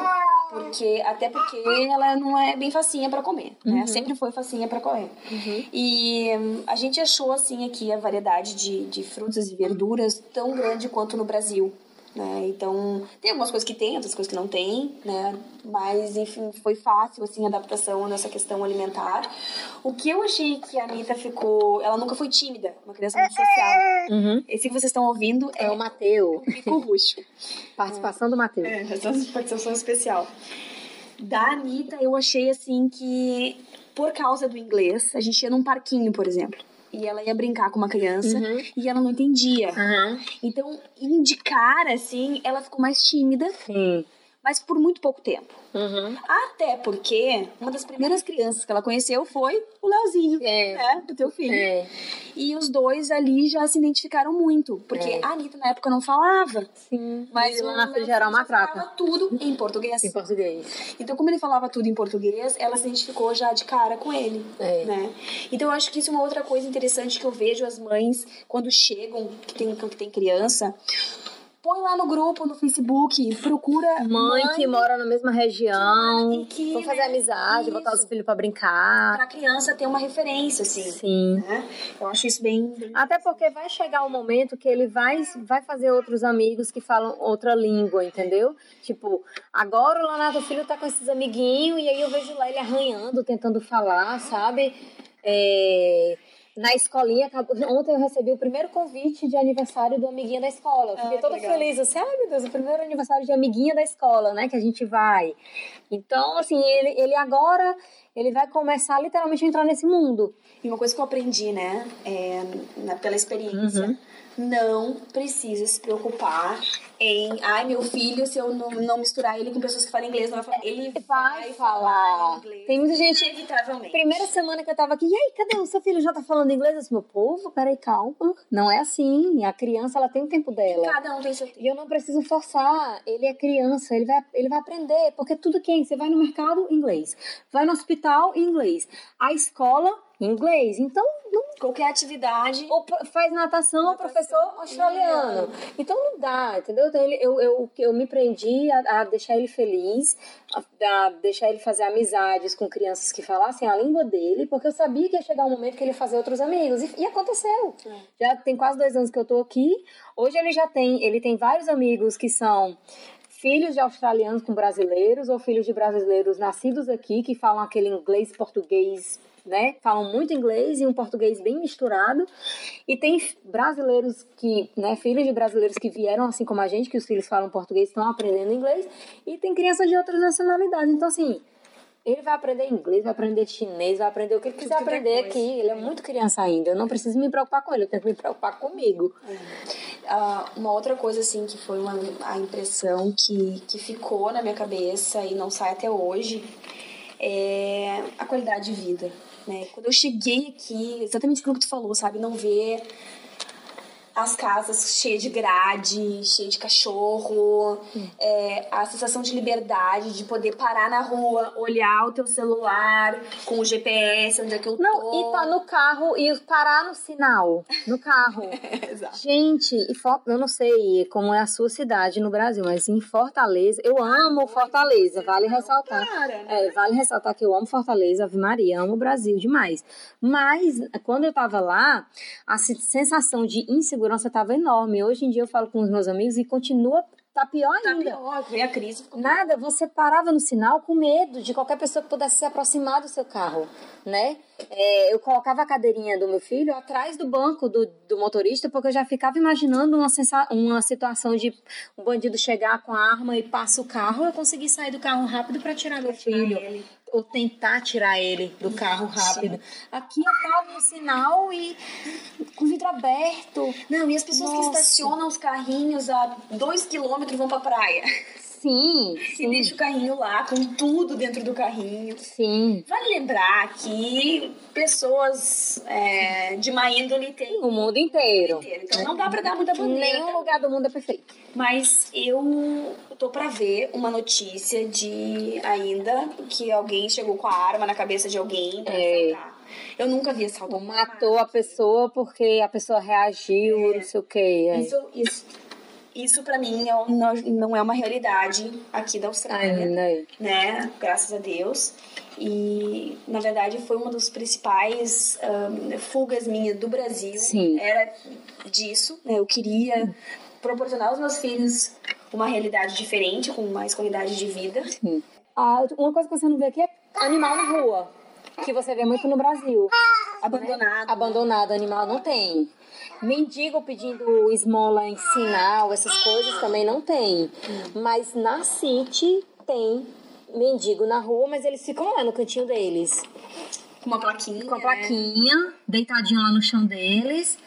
A: Porque, até porque ela não é bem facinha pra comer, né? Sempre foi facinha pra comer. E hum, a gente achou, assim, aqui a variedade de, de frutas e verduras tão grande quanto no Brasil. Né? Então, tem algumas coisas que tem, outras coisas que não tem, né? Mas, enfim, foi fácil, assim, a adaptação nessa questão alimentar. O que eu achei que a Anitta ficou... Ela nunca foi tímida, uma criança muito social. Esse que vocês estão ouvindo é
B: Uhum. é o Mateu.
A: Pico Ruxo.
B: Participação do Mateu.
A: É, essa participação especial. Da Anitta, eu achei assim que, por causa do inglês, a gente ia num parquinho, por exemplo. E ela ia brincar com uma criança
B: Uhum.
A: e ela não entendia.
B: Aham.
A: Então, de cara, assim, ela ficou mais tímida,
B: Sim.
A: mas por muito pouco tempo.
B: Uhum.
A: Até porque uma das primeiras crianças que ela conheceu foi o Leozinho,
B: É.
A: né? Do teu filho.
B: É.
A: E os dois ali já se identificaram muito. Porque
B: É.
A: a Anitta na época não falava.
B: Sim.
A: Mas
B: Mas
A: o
B: lá na
A: Leozinho
B: geral é
A: já
B: matraca.
A: falava tudo em português.
B: assim, Em português.
A: Então, como ele falava tudo em português, ela se identificou já de cara com ele.
B: É.
A: Né? Então, eu acho que isso é uma outra coisa interessante que eu vejo as mães, quando chegam, que tem, que tem criança, põe lá no grupo, no Facebook, procura
B: Mãe, que mora na mesma região.
A: E que,
B: Vão fazer
A: né,
B: amizade, botar os
A: isso.
B: filhos pra brincar.
A: pra criança ter uma referência, assim.
B: Sim.
A: Né? Eu acho isso bem... bem-
B: Até porque vai chegar um momento que ele vai, vai fazer outros amigos que falam outra língua, entendeu? Tipo, agora o Leonardo Filho tá com esses amiguinhos e aí eu vejo lá ele arranhando, tentando falar, sabe? É, na escolinha, acabou- ontem eu recebi o primeiro convite de aniversário do amiguinha da escola. Eu Fiquei
A: Ah, que
B: toda
A: legal.
B: feliz, assim, ai meu Deus, o primeiro aniversário de amiguinha da escola, né, que a gente vai. Então, assim, ele, ele agora, ele vai começar literalmente a entrar nesse mundo.
A: E uma coisa que eu aprendi, né, é, na- pela experiência,
B: Uhum.
A: não precisa se preocupar em, ai, meu filho, se eu não, não misturar ele com pessoas que falam inglês, não vai falar. Ele
B: Vai falar.
A: inglês.
B: Tem muita gente
A: Inevitavelmente.
B: Primeira semana que eu tava aqui, e aí, cadê o seu filho? Já tá falando inglês? Eu disse, meu povo, peraí, calma. Não é assim. A criança, ela tem o tempo dela.
A: Cada um tem seu tempo.
B: E eu não preciso forçar. Ele é criança, ele vai, ele vai aprender. Porque tudo quem? Você vai no mercado, inglês. Vai no hospital, inglês. A escola, inglês. Então,
A: Qualquer atividade.
B: ou pro- faz natação, o professor australiano. Então não dá, entendeu? Então, ele- eu, eu, eu me prendi a, a deixar ele feliz, a, a deixar ele fazer amizades com crianças que falassem a língua dele, porque eu sabia que ia chegar um momento que ele ia fazer outros amigos. E, e aconteceu. Já tem quase dois anos que eu tô aqui. Hoje ele já tem, ele tem vários amigos que são filhos de australianos com brasileiros ou filhos de brasileiros nascidos aqui que falam aquele inglês português né falam muito inglês e um português bem misturado e tem f- brasileiros que né filhos de brasileiros que vieram assim como a gente que os filhos falam português estão aprendendo inglês e tem crianças de outras nacionalidades então assim ele vai aprender inglês, vai aprender chinês, vai aprender o que ele quiser
A: que der
B: aprender
A: coisa.
B: aqui. Ele é muito criança ainda. Eu não preciso me preocupar com ele, eu tenho que me preocupar comigo.
A: Ah, uma outra coisa, assim, que foi uma, a impressão que, que ficou na minha cabeça e não sai até hoje é a qualidade de vida. Né? Quando eu cheguei aqui, exatamente aquilo que tu falou, sabe? Não ver as casas cheias de grade, cheias de cachorro,
B: Hum.
A: é, a sensação de liberdade, de poder parar na rua, olhar o teu celular com o GPS, onde é que eu
B: Não,
A: tô.
B: e tá no carro e parar no sinal. No carro.
A: Exato.
B: Gente, e Fo- eu não sei como é a sua cidade no Brasil, mas em Fortaleza, eu amo Fortaleza, vale ressaltar.
A: Cara, né?
B: É, vale ressaltar que eu amo Fortaleza, Ave Maria, amo o Brasil demais. Mas quando eu tava lá, a se- sensação de insegurança tava enorme. Hoje em dia eu falo com os meus amigos e continua tá pior
A: Tá
B: ainda.
A: pior, veio a crise, ficou
B: Nada, você parava no sinal com medo de qualquer pessoa que pudesse se aproximar do seu carro, né? É, eu colocava a cadeirinha do meu filho atrás do banco do, do motorista, porque eu já ficava imaginando uma, sensa uma situação de um bandido chegar com a arma e passa o carro, eu consegui sair do carro rápido para tirar meu filho.
A: ele.
B: Ou tentar tirar ele do carro rápido. Aqui eu tava no sinal e com o vidro aberto.
A: Não, e as pessoas que
B: Nossa.
A: estacionam os carrinhos a dois quilômetros e vão pra praia.
B: Sim,
A: E
B: sim,
A: deixa o carrinho lá, com tudo dentro do carrinho.
B: sim.
A: Vale lembrar que pessoas é, de má índole têm
B: O mundo inteiro.
A: inteiro. Então não dá pra dar muita bandeira.
B: É. Nenhum lugar do mundo é perfeito.
A: Mas eu tô pra ver uma notícia de ainda que alguém chegou com a arma na cabeça de alguém pra
B: É.
A: assaltar. Eu nunca vi assalto.
B: Ou matou a pessoa porque a pessoa reagiu, não sei o quê. é.
A: Isso, isso, isso pra mim é um- não, não é uma realidade aqui da Austrália.
B: Ai, né?
A: né? Graças a Deus. E, na verdade, foi uma das principais ahn, fugas minha do Brasil.
B: Sim.
A: Era disso, né? Eu queria proporcionar aos meus filhos uma realidade diferente, com mais qualidade de vida.
B: Ah, uma coisa que você não vê aqui é animal na rua. Que você vê muito no Brasil.
A: Abandonado.
B: Abandonado, animal não tem. Mendigo pedindo esmola em sinal, essas coisas também não tem. Mas na City tem mendigo na rua, mas eles ficam lá no cantinho deles.
A: Com uma plaquinha.
B: com a
A: né?
B: plaquinha, deitadinho lá no chão deles.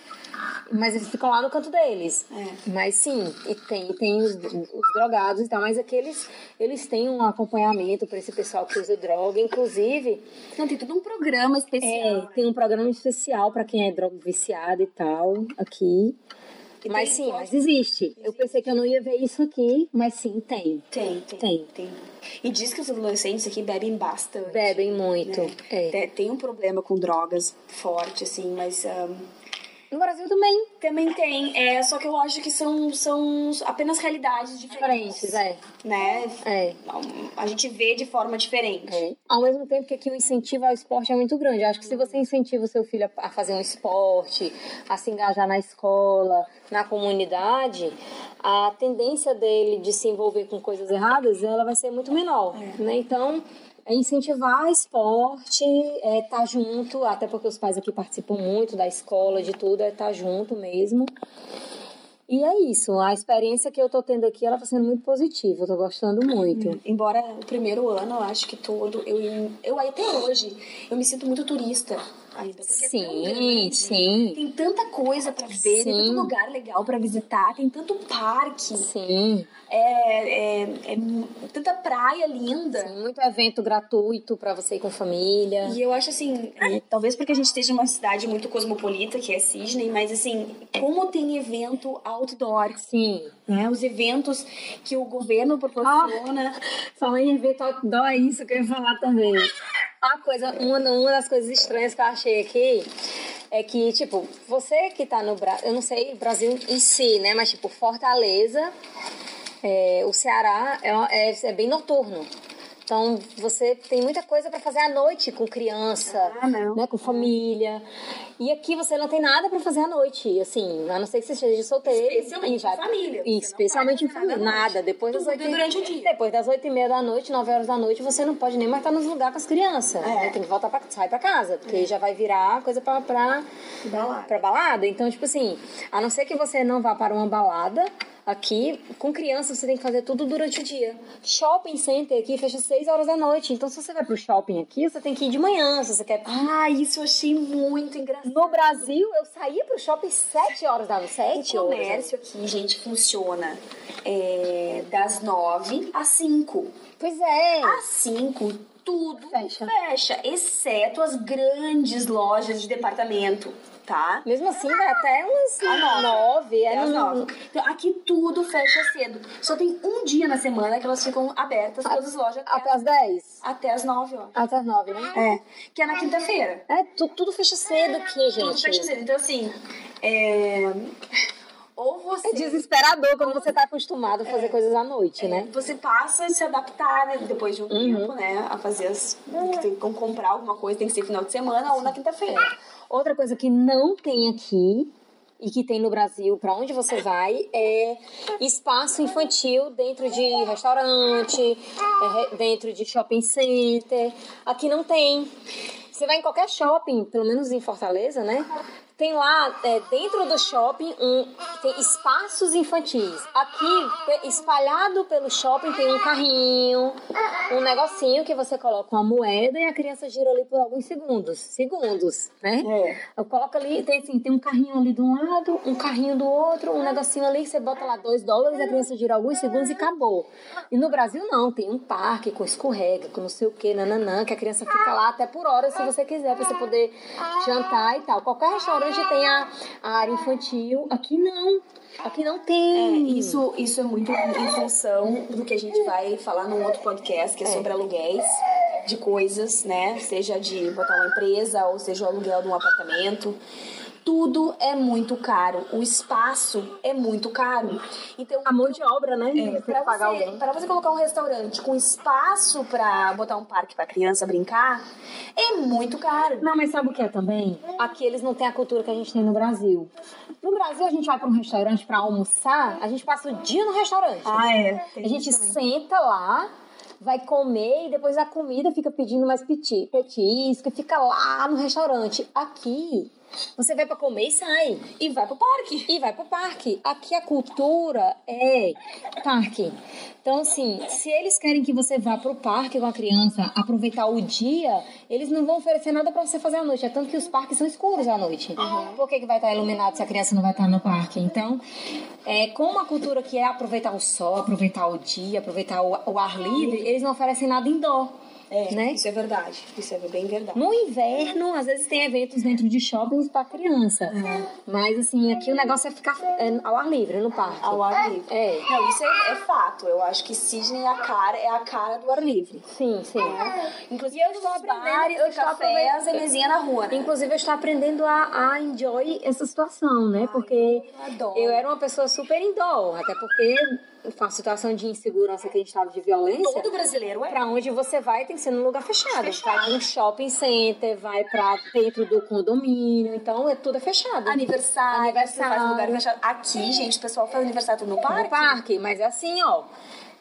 B: Mas eles ficam lá no canto deles.
A: É.
B: Mas sim, e tem, tem os, os drogados e tal, mas aqueles eles têm um acompanhamento para esse pessoal que usa droga. Inclusive,
A: Não, tem todo um programa
B: é,
A: especial.
B: tem um programa especial para quem é droga viciada e tal aqui.
A: E
B: mas
A: tem-
B: sim, mas existe. Eu pensei que eu não ia ver isso aqui, mas sim, tem.
A: Tem, tem,
B: Tem.
A: tem. E diz que os adolescentes aqui bebem bastante.
B: Bebem muito. é.
A: Tem- Tem um problema com drogas forte, assim, mas... ahn,
B: No Brasil também.
A: Também tem, é, só que eu acho que são, são apenas realidades diferentes.
B: Diferentes, é.
A: Né?
B: É.
A: A gente vê de forma diferente.
B: É. Ao mesmo tempo que aqui o incentivo ao esporte é muito grande. Eu Acho que se você incentiva o seu filho a- a fazer um esporte, a se engajar na escola, na comunidade, a tendência dele de se envolver com coisas erradas, ela vai ser muito menor. Né? Então, é incentivar esporte, é estar junto, até porque os pais aqui participam muito da escola, de tudo, é estar junto mesmo. E é isso, a experiência que eu tô tendo aqui, ela tá sendo muito positiva, eu tô gostando
A: é
B: muito.
A: Embora o primeiro ano, eu acho que todo. Eu, eu até hoje, eu me sinto muito turista ainda. Porque é tão
B: Sim,
A: grande.
B: sim,
A: Tem tanta coisa pra ver, tem
B: Sim.
A: tanto lugar legal pra visitar, tem tanto parque,
B: sim.
A: é, é, é mu- tanta praia linda.
B: Tem muito evento gratuito pra você ir com a família.
A: E eu acho assim, é, talvez porque a gente esteja numa cidade muito cosmopolita, que é Sydney, mas assim, como tem evento outdoor,
B: Sim.
A: né? Os eventos que o governo proporciona.
B: Falando em evento outdoor, é isso que eu ia falar também. A coisa, uma, uma das coisas estranhas que eu achei aqui é que, tipo, você que tá no Brasil, eu não sei o Brasil em si, né? Mas, tipo, Fortaleza, é, o Ceará é, uma- é, é bem noturno. Então, você tem muita coisa pra fazer à noite com criança,
A: Ah, não.
B: né? Com família. E aqui você não tem nada pra fazer à noite, assim, a não ser que você esteja solteiro.
A: Especialmente
B: e vai-
A: em família.
B: e Especialmente em
A: Você não vai fazer
B: família.
A: nada à noite.
B: Nada. Depois das
A: Tudo
B: oito e-
A: durante o dia.
B: depois das oito e meia da noite, nove horas da noite, você não pode nem mais estar nos lugares com as crianças.
A: É.
B: né? Tem que voltar pra, sair pra casa, porque já vai virar coisa pra, pra,
A: Dá lá.
B: pra balada. Então, tipo assim, a não ser que você não vá para uma balada, aqui, com criança, você tem que fazer tudo durante o dia. Shopping center aqui fecha seis horas da noite. Então, se você vai pro shopping aqui, você tem que ir de manhã, se você quer...
A: Ah, isso eu achei muito engraçado.
B: No Brasil, eu saía pro shopping sete horas da noite. Sete
A: O
B: horas. assim.
A: comércio aqui, gente, funciona é, das nove às cinco.
B: Pois é.
A: Às cinco, tudo
B: Fecha.
A: fecha, exceto as grandes lojas de departamento, tá?
B: Mesmo assim, vai até umas
A: nove.
B: nove. É
A: Até às
B: no-
A: nove. Então, aqui tudo fecha cedo. Só tem um dia na semana que elas ficam abertas, todas as lojas,
B: Até
A: até,
B: as 10?
A: até as nove horas.
B: Até as 9, né?
A: É, que é na quinta-feira.
B: É, tu- tudo fecha cedo aqui, gente.
A: Tudo fecha cedo. Então, assim, é... ou você...
B: É desesperador quando você tá acostumado a fazer coisas à noite,
A: É,
B: né? Uhum.
A: Você passa a se adaptar né, depois de um tempo, né? A fazer as. Tem que comprar alguma coisa, tem que ser final de semana ou na quinta-feira.
B: Outra coisa que não tem aqui e que tem no Brasil, pra onde você vai, é espaço infantil dentro de restaurante, é, re- dentro de shopping center. Aqui não tem. Você vai em qualquer shopping, pelo menos em Fortaleza, né? Tem lá, é, dentro do shopping, um, tem espaços infantis. Aqui, pe- espalhado pelo shopping, tem um carrinho, um negocinho que você coloca uma moeda e a criança gira ali por alguns segundos. Segundos, né?
A: É.
B: Eu coloco ali, tem assim, tem um carrinho ali de um lado, um carrinho do outro, um negocinho ali, você bota lá dois dólares, a criança gira alguns segundos e acabou. E no Brasil não, tem um parque com escorrega, com não sei o que, nananã, que a criança fica lá até por horas, se você quiser, pra você poder jantar e tal. Qualquer restaurante tem a, a área infantil, aqui não, aqui não tem.
A: Isso, isso é muito em função do que a gente vai falar num outro podcast, que é, sobre aluguéis de coisas, né? Seja de botar uma empresa ou seja o aluguel de um apartamento. Tudo é muito caro. O espaço é muito caro. Então,
B: A mão de obra, né?
A: É, pra você, pra você colocar um restaurante com espaço pra botar um parque pra criança brincar, é muito caro.
B: Não, mas sabe o que é também? Aqui eles não têm a cultura que a gente tem no Brasil. No Brasil, a gente vai para um restaurante para almoçar, a gente passa o dia no restaurante.
A: é.
B: a gente senta lá, vai comer e depois a comida fica pedindo mais peti- petisco e fica lá no restaurante. Aqui, você vai para comer e sai.
A: E vai pro parque.
B: E vai pro parque. Aqui a cultura é parque. Então, assim, se eles querem que você vá pro parque com a criança, aproveitar o dia, eles não vão oferecer nada pra você fazer à noite. É tanto que os parques são escuros à noite. Por que, que vai estar iluminado se a criança não vai estar no parque? Então, é, como a cultura que é aproveitar o sol, aproveitar o dia, aproveitar o, o ar livre, eles não oferecem nada indoor.
A: É,
B: né?
A: isso é verdade. Isso é bem verdade.
B: No inverno, às vezes tem eventos dentro de shoppings pra criança.
A: É.
B: Mas assim, aqui o negócio é ficar é, ao ar livre no parque.
A: Ao ar livre.
B: É.
A: Não, isso é, é fato. Eu acho que Sidney é a cara, é a cara do ar livre.
B: Sim, sim.
A: Inclusive, eu estou
B: aprendendo, eu estou
A: cafés e
B: aproveitando.
A: mesinha na rua, né?
B: Inclusive, eu estou aprendendo a, a enjoy essa situação, né? Porque
A: eu é adoro.
B: eu era uma pessoa super indol, até porque com a situação de insegurança que a gente estava de violência.
A: Todo brasileiro é.
B: Pra onde você vai tem que ser num lugar fechado. Vai pra um shopping center, vai pra dentro do condomínio. Então, é tudo é fechado.
A: Aniversário,
B: Aniversário.
A: faz lugar fechado. Aqui, gente, o pessoal faz aniversário tudo no
B: no
A: parque.
B: parque, mas é assim, ó.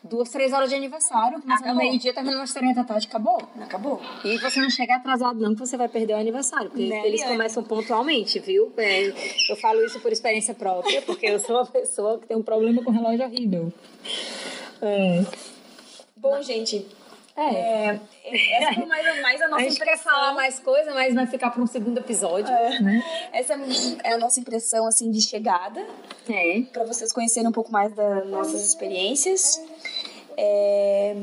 B: duas, três horas de aniversário, começando
A: Acabou.
B: meio-dia, terminando umas três da tarde, acabou.
A: Acabou.
B: E você não chega atrasado, não, que você vai perder o aniversário. Porque
A: Né,
B: eles
A: Liane?
B: começam pontualmente, viu? É, eu falo isso por experiência própria, porque eu sou uma pessoa que tem um problema com relógio horrível. É.
A: Bom, gente,
B: é.
A: é, essa foi mais, mais a
B: A
A: nossa
B: gente quer
A: impressão.
B: falar mais coisa, mas vai ficar para um segundo episódio,
A: É.
B: né?
A: Essa é a nossa impressão, assim, de chegada.
B: É.
A: para vocês conhecerem um pouco mais das nossas experiências. É,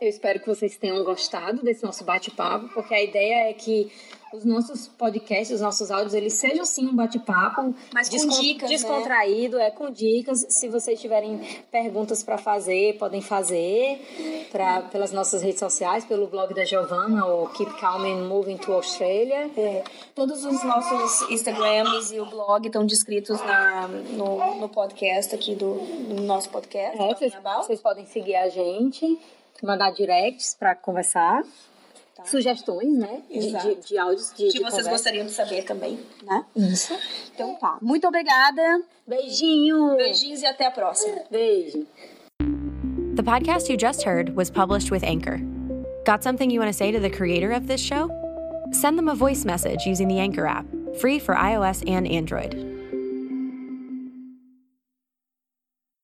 B: Eu espero que vocês tenham gostado desse nosso bate-papo, porque a ideia é que os nossos podcasts, os nossos áudios, eles sejam sim um bate-papo
A: Mas com dicas, né?
B: descontraído, é com dicas. Se vocês tiverem perguntas para fazer, podem fazer pra, pelas nossas redes sociais, pelo blog da Giovanna, ou Keep Calm and Moving to Australia.
A: é, todos os nossos Instagrams e o blog estão descritos na, no, no podcast aqui do, do nosso podcast.
B: É,
A: Talking
B: vocês,
A: About.
B: vocês podem seguir a gente, mandar directs para conversar.
A: Tá.
B: Sugestões, né? De,
A: Exato.
B: de, de áudios, de, de
A: que vocês
B: conversa.
A: gostariam de saber também, né?
B: Isso.
A: Então tá.
B: Muito obrigada. Beijinho.
A: Beijinhos e até a próxima.
B: Beijo.
C: The podcast you just heard was published with Anchor. Got something you want to say to the creator of this show? Send them a voice message using the Anchor app, free for iOS and Android.